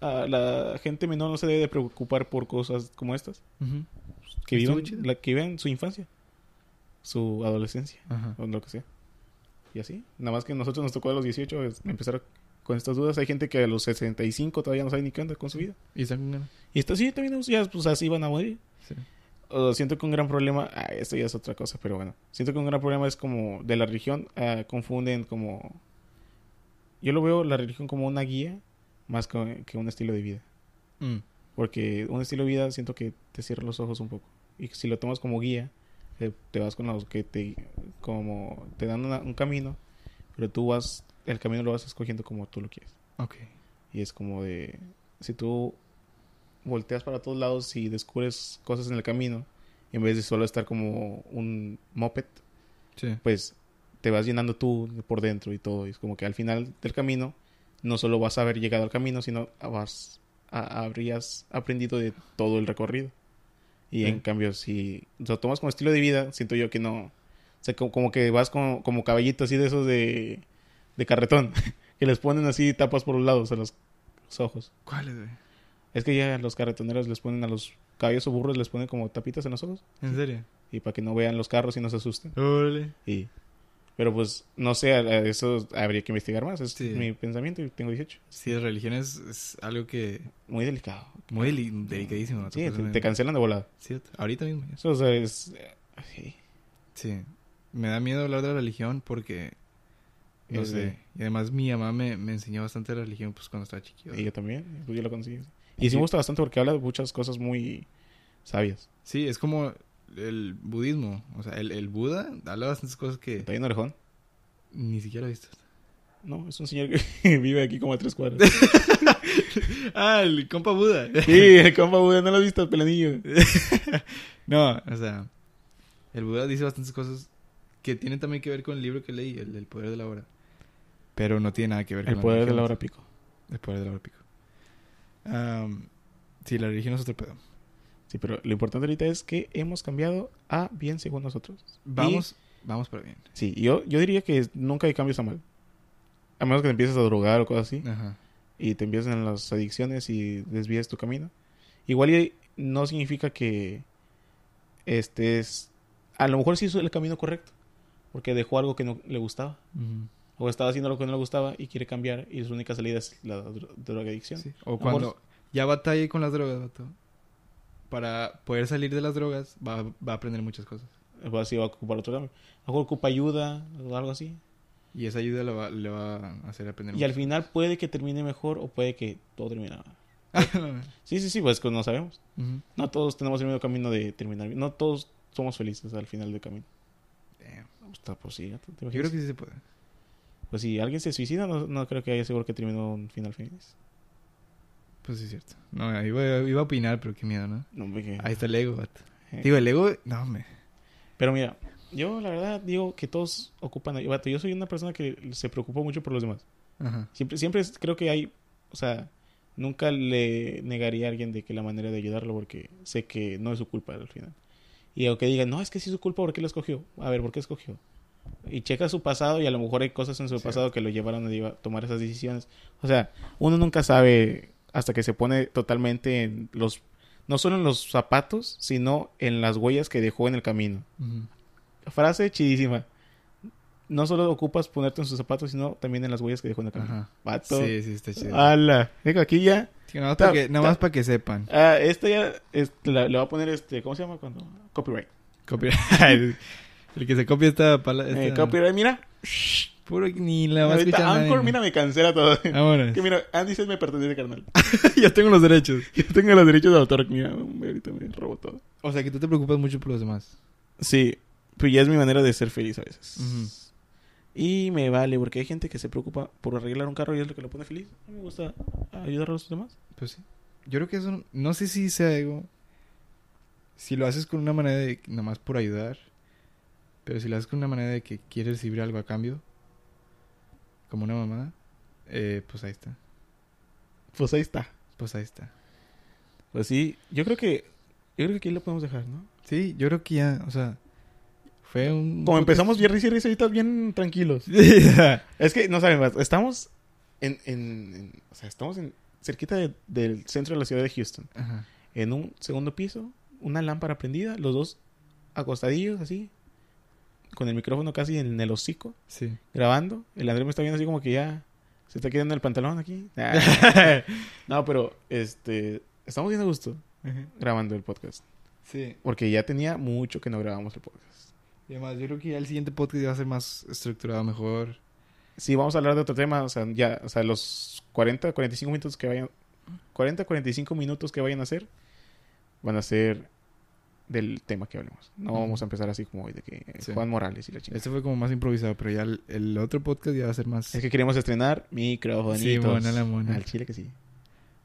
[SPEAKER 1] a la gente menor no se debe de preocupar por cosas como estas.
[SPEAKER 2] Ujú.
[SPEAKER 1] Que
[SPEAKER 2] Estuvo
[SPEAKER 1] vivan,
[SPEAKER 2] chido.
[SPEAKER 1] la, que vivan su infancia, su adolescencia,
[SPEAKER 2] Ajá.
[SPEAKER 1] o lo que sea. Y así. Nada más que nosotros nos tocó a los 18 es- empezar con estas dudas. Hay gente que a los 65 todavía no sabe ni qué onda con su vida.
[SPEAKER 2] Y están con ganas.
[SPEAKER 1] Y está así, también ya, pues así van a morir.
[SPEAKER 2] Sí.
[SPEAKER 1] O siento que un gran problema, ah, esto ya es otra cosa, pero bueno, siento que un gran problema es como de la religión, ah, confunden como, yo lo veo la religión como una guía más que, que un estilo de vida,
[SPEAKER 2] Mm.
[SPEAKER 1] porque un estilo de vida siento que te cierra los ojos un poco, y si lo tomas como guía, eh, te vas con los que te, como, te dan una- un camino, pero tú vas, el camino lo vas escogiendo como tú lo quieres.
[SPEAKER 2] Ok.
[SPEAKER 1] Y es como de, si tú volteas para todos lados y descubres cosas en el camino, en vez de solo estar como un moped,
[SPEAKER 2] Sí.
[SPEAKER 1] pues te vas llenando tú por dentro y todo. Y es como que al final del camino, no solo vas a haber llegado al camino, sino vas, a- habrías aprendido de todo el recorrido. Y en
[SPEAKER 2] Sí.
[SPEAKER 1] cambio, si lo tomas como estilo de vida, siento yo que no. O sea, como, como que vas como, como caballito así de esos de, de carretón, <laughs> que les ponen así tapas por los lados a los- los ojos.
[SPEAKER 2] ¿Cuál es, güey?
[SPEAKER 1] Es que ya los carretoneros les ponen a los caballos o burros, les ponen como tapitas en los ojos.
[SPEAKER 2] ¿En serio?
[SPEAKER 1] Y para que no vean los carros y no se asusten.
[SPEAKER 2] Órale.
[SPEAKER 1] Y... Pero pues, no sé, a- a eso habría que investigar más. Es
[SPEAKER 2] Sí.
[SPEAKER 1] mi pensamiento y tengo 18.
[SPEAKER 2] Sí, las religiones es algo que
[SPEAKER 1] Muy delicado.
[SPEAKER 2] muy deli- delicadísimo. vato,
[SPEAKER 1] Sí, te,
[SPEAKER 2] personalmente.
[SPEAKER 1] te cancelan de volada.
[SPEAKER 2] Cierto. Ahorita mismo. ya.
[SPEAKER 1] Eso, o sea, es... eh, sí.
[SPEAKER 2] Sí. Me da miedo hablar de la religión porque... No
[SPEAKER 1] Es
[SPEAKER 2] sé.
[SPEAKER 1] de-
[SPEAKER 2] Y además mi mamá me, me enseñó bastante la religión pues cuando estaba chiquillo.
[SPEAKER 1] Y yo también, pues yo lo conseguí. Y sí
[SPEAKER 2] Sí.
[SPEAKER 1] me gusta bastante porque habla de muchas cosas muy sabias.
[SPEAKER 2] Sí, es como el budismo. O sea, el, el Buda habla de bastantes cosas que
[SPEAKER 1] ¿Está bien orejón?
[SPEAKER 2] ni siquiera he visto.
[SPEAKER 1] No, es un señor que <laughs> vive aquí como a tres
[SPEAKER 2] <laughs>
[SPEAKER 1] cuadras.
[SPEAKER 2] Ah, el compa Buda.
[SPEAKER 1] Sí, el compa, güey, no lo has visto, pelanillo.
[SPEAKER 2] <laughs> no, o sea, el Buda dice bastantes cosas que tienen también que ver con el libro que leí, el, El poder de la hora. Pero no tiene nada que ver con
[SPEAKER 1] El poder de la
[SPEAKER 2] religión.
[SPEAKER 1] hora pico.
[SPEAKER 2] El poder de la hora pico. Am, sí, la religión es otro pedo.
[SPEAKER 1] Sí, pero lo importante ahorita es que hemos cambiado a bien según nosotros.
[SPEAKER 2] Vamos, vamos para bien.
[SPEAKER 1] Sí, yo, yo diría que nunca hay cambios a mal. A menos que te empieces a drogar o cosas así.
[SPEAKER 2] Ajá.
[SPEAKER 1] Y te empiezan las adicciones y desvíes tu camino. Igual y no significa que estés... A lo mejor sí hizo el camino correcto. Porque dejó algo que no le gustaba.
[SPEAKER 2] Ujú.
[SPEAKER 1] O estaba haciendo algo que no le gustaba y quiere cambiar. Y su única salida es la dro- drogadicción.
[SPEAKER 2] Sí, O
[SPEAKER 1] Amor-
[SPEAKER 2] cuando ya batalle con las drogas, vato, Para poder salir de las drogas, va, va a aprender muchas cosas.
[SPEAKER 1] Va- sí va a ocupar otro cambio. A lo mejor ocupa ayuda o algo así.
[SPEAKER 2] Y esa ayuda la va- le va a hacer aprender
[SPEAKER 1] Y al final puede que termine mejor o puede que todo termine mal.
[SPEAKER 2] <laughs> final.
[SPEAKER 1] Sí, sí, sí, pues que no sabemos. No todos tenemos el mismo camino de terminar. bien. No todos somos felices al final del camino. Está pues sí, gato, ¿te
[SPEAKER 2] Yo
[SPEAKER 1] imaginas?
[SPEAKER 2] creo que sí se puede.
[SPEAKER 1] Pues si alguien se suicida, no, no creo que haya seguro que terminó un final feliz.
[SPEAKER 2] Pues sí, es cierto. No, iba, iba a opinar, pero qué miedo, ¿no?
[SPEAKER 1] No, hombre, que-
[SPEAKER 2] Ahí está el ego, vato.
[SPEAKER 1] eh.
[SPEAKER 2] Digo, el ego, no, me.
[SPEAKER 1] Pero mira, yo la verdad digo que todos ocupan... ayuda. Vato, Yo soy una persona que se preocupa mucho por los demás.
[SPEAKER 2] Ajá.
[SPEAKER 1] Siempre, siempre es- creo que hay... O sea, nunca le negaría a alguien de que la manera de ayudarlo porque sé que no es su culpa al final. Y aunque digan, no, es que sí es su culpa, ¿por qué lo escogió? A ver, ¿por qué escogió? Y checa su pasado y a lo mejor hay cosas en su
[SPEAKER 2] Sí.
[SPEAKER 1] pasado que lo llevaron a lleva- tomar esas decisiones. O sea, uno nunca sabe hasta que se pone totalmente en los... No solo en los zapatos, sino en las huellas que dejó en el camino.
[SPEAKER 2] Ujú.
[SPEAKER 1] Frase chidísima. No solo ocupas ponerte en sus zapatos, sino también en las huellas que dejó en el camino.
[SPEAKER 2] Ajá.
[SPEAKER 1] Vato.
[SPEAKER 2] Sí, sí, está chido.
[SPEAKER 1] ¡Hala! Digo, aquí ya...
[SPEAKER 2] Sí, nada más
[SPEAKER 1] Ah, ta-
[SPEAKER 2] para que, nada
[SPEAKER 1] ta-
[SPEAKER 2] más para que sepan.
[SPEAKER 1] Ah, esta ya es- la- le voy a poner este... ¿Cómo se llama cuando? Copyright.
[SPEAKER 2] Copyright. <laughs> el que se copia esta palabra.
[SPEAKER 1] Eh, copyright, mira.
[SPEAKER 2] Puro que ni la va a
[SPEAKER 1] Ahorita
[SPEAKER 2] escuchar nadie.
[SPEAKER 1] Anchor, mira, me cancela todo.
[SPEAKER 2] Vámonos.
[SPEAKER 1] <laughs> Que mira, Andy se me pertenece, <laughs> carnal.
[SPEAKER 2] <laughs> Yo tengo los derechos.
[SPEAKER 1] Yo tengo los derechos de autor. Mira, hombre, ahorita me robo todo.
[SPEAKER 2] O sea, que tú te preocupas mucho por los demás.
[SPEAKER 1] Sí, pues ya es mi manera de ser feliz a veces.
[SPEAKER 2] Ujú.
[SPEAKER 1] Y me vale, porque hay gente que se preocupa por arreglar un carro y es lo que lo pone feliz. A mí me gusta ayudar a los demás.
[SPEAKER 2] Pues sí. Yo creo que eso, no sé si sea ego. Si lo haces con una manera de, nomás por ayudar. Pero si lo haces con una manera de que quieres recibir algo a cambio. Como una mamada. eh, pues ahí está.
[SPEAKER 1] Pues ahí está.
[SPEAKER 2] Pues ahí está.
[SPEAKER 1] Pues sí, yo creo que. Yo creo que aquí lo podemos dejar, ¿no?
[SPEAKER 2] Sí, yo creo que ya, o sea, fue un...
[SPEAKER 1] Como empezamos bien risa y risa, ahorita bien tranquilos. Es que, no saben, más, estamos en, en- en- o sea, estamos en, cerquita de- del centro de la ciudad de Houston.
[SPEAKER 2] <laughs> Ajá.
[SPEAKER 1] En un segundo piso, una lámpara prendida, los dos acostadillos así, con el micrófono casi en el hocico,
[SPEAKER 2] Sí.
[SPEAKER 1] grabando. El Andrés me está viendo así como que ya se está quedando el pantalón aquí. no, pero, este, estamos bien a gusto
[SPEAKER 2] Ajá.
[SPEAKER 1] grabando el podcast.
[SPEAKER 2] sí.
[SPEAKER 1] Porque ya tenía mucho que no grabábamos el podcast.
[SPEAKER 2] Y además, yo creo que ya el siguiente podcast va a ser más estructurado, mejor.
[SPEAKER 1] Sí, vamos a hablar de otro tema, o sea, ya, o sea, los 40, 45 minutos que vayan 40, 45 minutos que vayan a hacer van a ser del tema que hablemos. No
[SPEAKER 2] Ujú.
[SPEAKER 1] vamos a empezar así como de que eh,
[SPEAKER 2] Sí.
[SPEAKER 1] Juan Morales y la chingada.
[SPEAKER 2] Este fue como más improvisado, pero ya el, el otro podcast ya va a ser más...
[SPEAKER 1] Es que queremos estrenar microfonitos.
[SPEAKER 2] Sí, mona la mona.
[SPEAKER 1] Al chile que sí.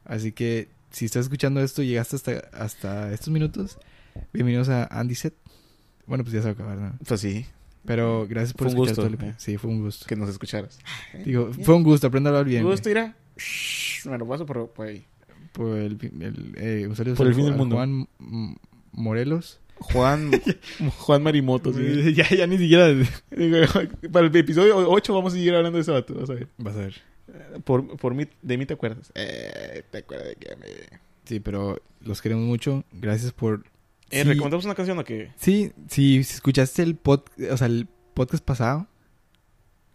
[SPEAKER 2] Así que, si estás escuchando esto y llegaste hasta, hasta estos minutos, bienvenidos a Andy Set. Bueno, pues ya se va a acabar, ¿no?
[SPEAKER 1] Pues sí,
[SPEAKER 2] Pero gracias por
[SPEAKER 1] Fue un
[SPEAKER 2] escuchar
[SPEAKER 1] gusto,
[SPEAKER 2] todo el epi-
[SPEAKER 1] eh.
[SPEAKER 2] Sí, fue un gusto.
[SPEAKER 1] que nos escucharas.
[SPEAKER 2] Digo, fue un gusto, aprenda a hablar bien.
[SPEAKER 1] ¿Tú
[SPEAKER 2] güey.
[SPEAKER 1] gusto irá? Me lo paso por, por ahí.
[SPEAKER 2] Por el, el- eh, un saludo
[SPEAKER 1] Por el
[SPEAKER 2] a
[SPEAKER 1] fin del
[SPEAKER 2] Juan-
[SPEAKER 1] mundo.
[SPEAKER 2] Juan M- Morelos. <laughs>
[SPEAKER 1] Juan, Juan Marimoto. Pues sí.
[SPEAKER 2] ya, ya ni siquiera.
[SPEAKER 1] Digo, <laughs> Para el episodio 8 vamos a seguir hablando de ese vato, vas a ver.
[SPEAKER 2] Vas a ver.
[SPEAKER 1] Por, por mí, de mí te acuerdas. Eh, te acuerdas de que me...
[SPEAKER 2] Sí, pero los queremos mucho. Gracias por.
[SPEAKER 1] Eh,
[SPEAKER 2] Sí.
[SPEAKER 1] ¿Recomendamos una canción o qué?
[SPEAKER 2] Sí, sí, si escuchaste el, pod, o sea, el podcast pasado,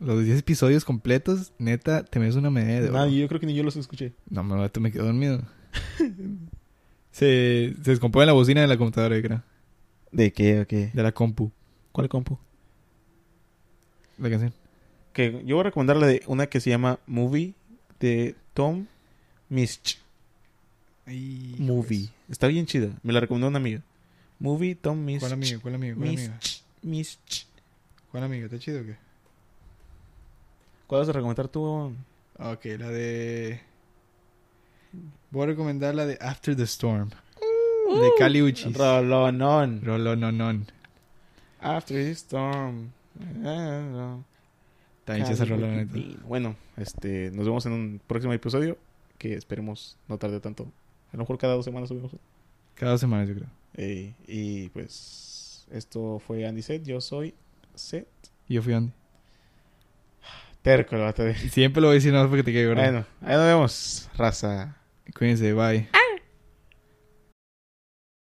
[SPEAKER 2] los 10 episodios completos, neta, te mereces una medalla de oro.
[SPEAKER 1] Nadie, yo creo que ni yo los escuché.
[SPEAKER 2] No, me, vato, me quedo dormido. se, se descompone la bocina de la computadora, yo creo.
[SPEAKER 1] ¿De qué o qué?
[SPEAKER 2] De la compu,
[SPEAKER 1] ¿Cuál compu?
[SPEAKER 2] la canción.
[SPEAKER 1] Que yo voy a recomendar la de una que se llama Movie de Tom Misch. Movie. Está bien chida. Me la recomendó una amiga. Movie Tom Misch.
[SPEAKER 2] ¿Cuál amigo? ¿Cuál amigo? ¿Cuál amigo?
[SPEAKER 1] Misch. Misch.
[SPEAKER 2] ¿Cuál amigo? ¿Está chido o qué?
[SPEAKER 1] ¿Cuál vas a recomendar tú?
[SPEAKER 2] Ok, la de. Voy a recomendar la de After the Storm. de Cali Uchis.
[SPEAKER 1] Rolonon.
[SPEAKER 2] Rolo no non.
[SPEAKER 1] After the storm.
[SPEAKER 2] Eh,
[SPEAKER 1] Ah, no.
[SPEAKER 2] Está bien chida esa rola, la neta.
[SPEAKER 1] Bueno, este, nos vemos en un próximo episodio que esperemos no tarde tanto. A lo mejor cada dos semanas subimos.
[SPEAKER 2] Cada dos semanas, yo creo.
[SPEAKER 1] Eh, y pues esto fue Andy Set, yo soy Set.
[SPEAKER 2] Y Yo fui Andy.
[SPEAKER 1] Terco, el vato de-
[SPEAKER 2] Siempre lo voy a decir, no porque te quede gordo.
[SPEAKER 1] Bueno, ahí nos vemos, raza.
[SPEAKER 2] Cuídense, bye.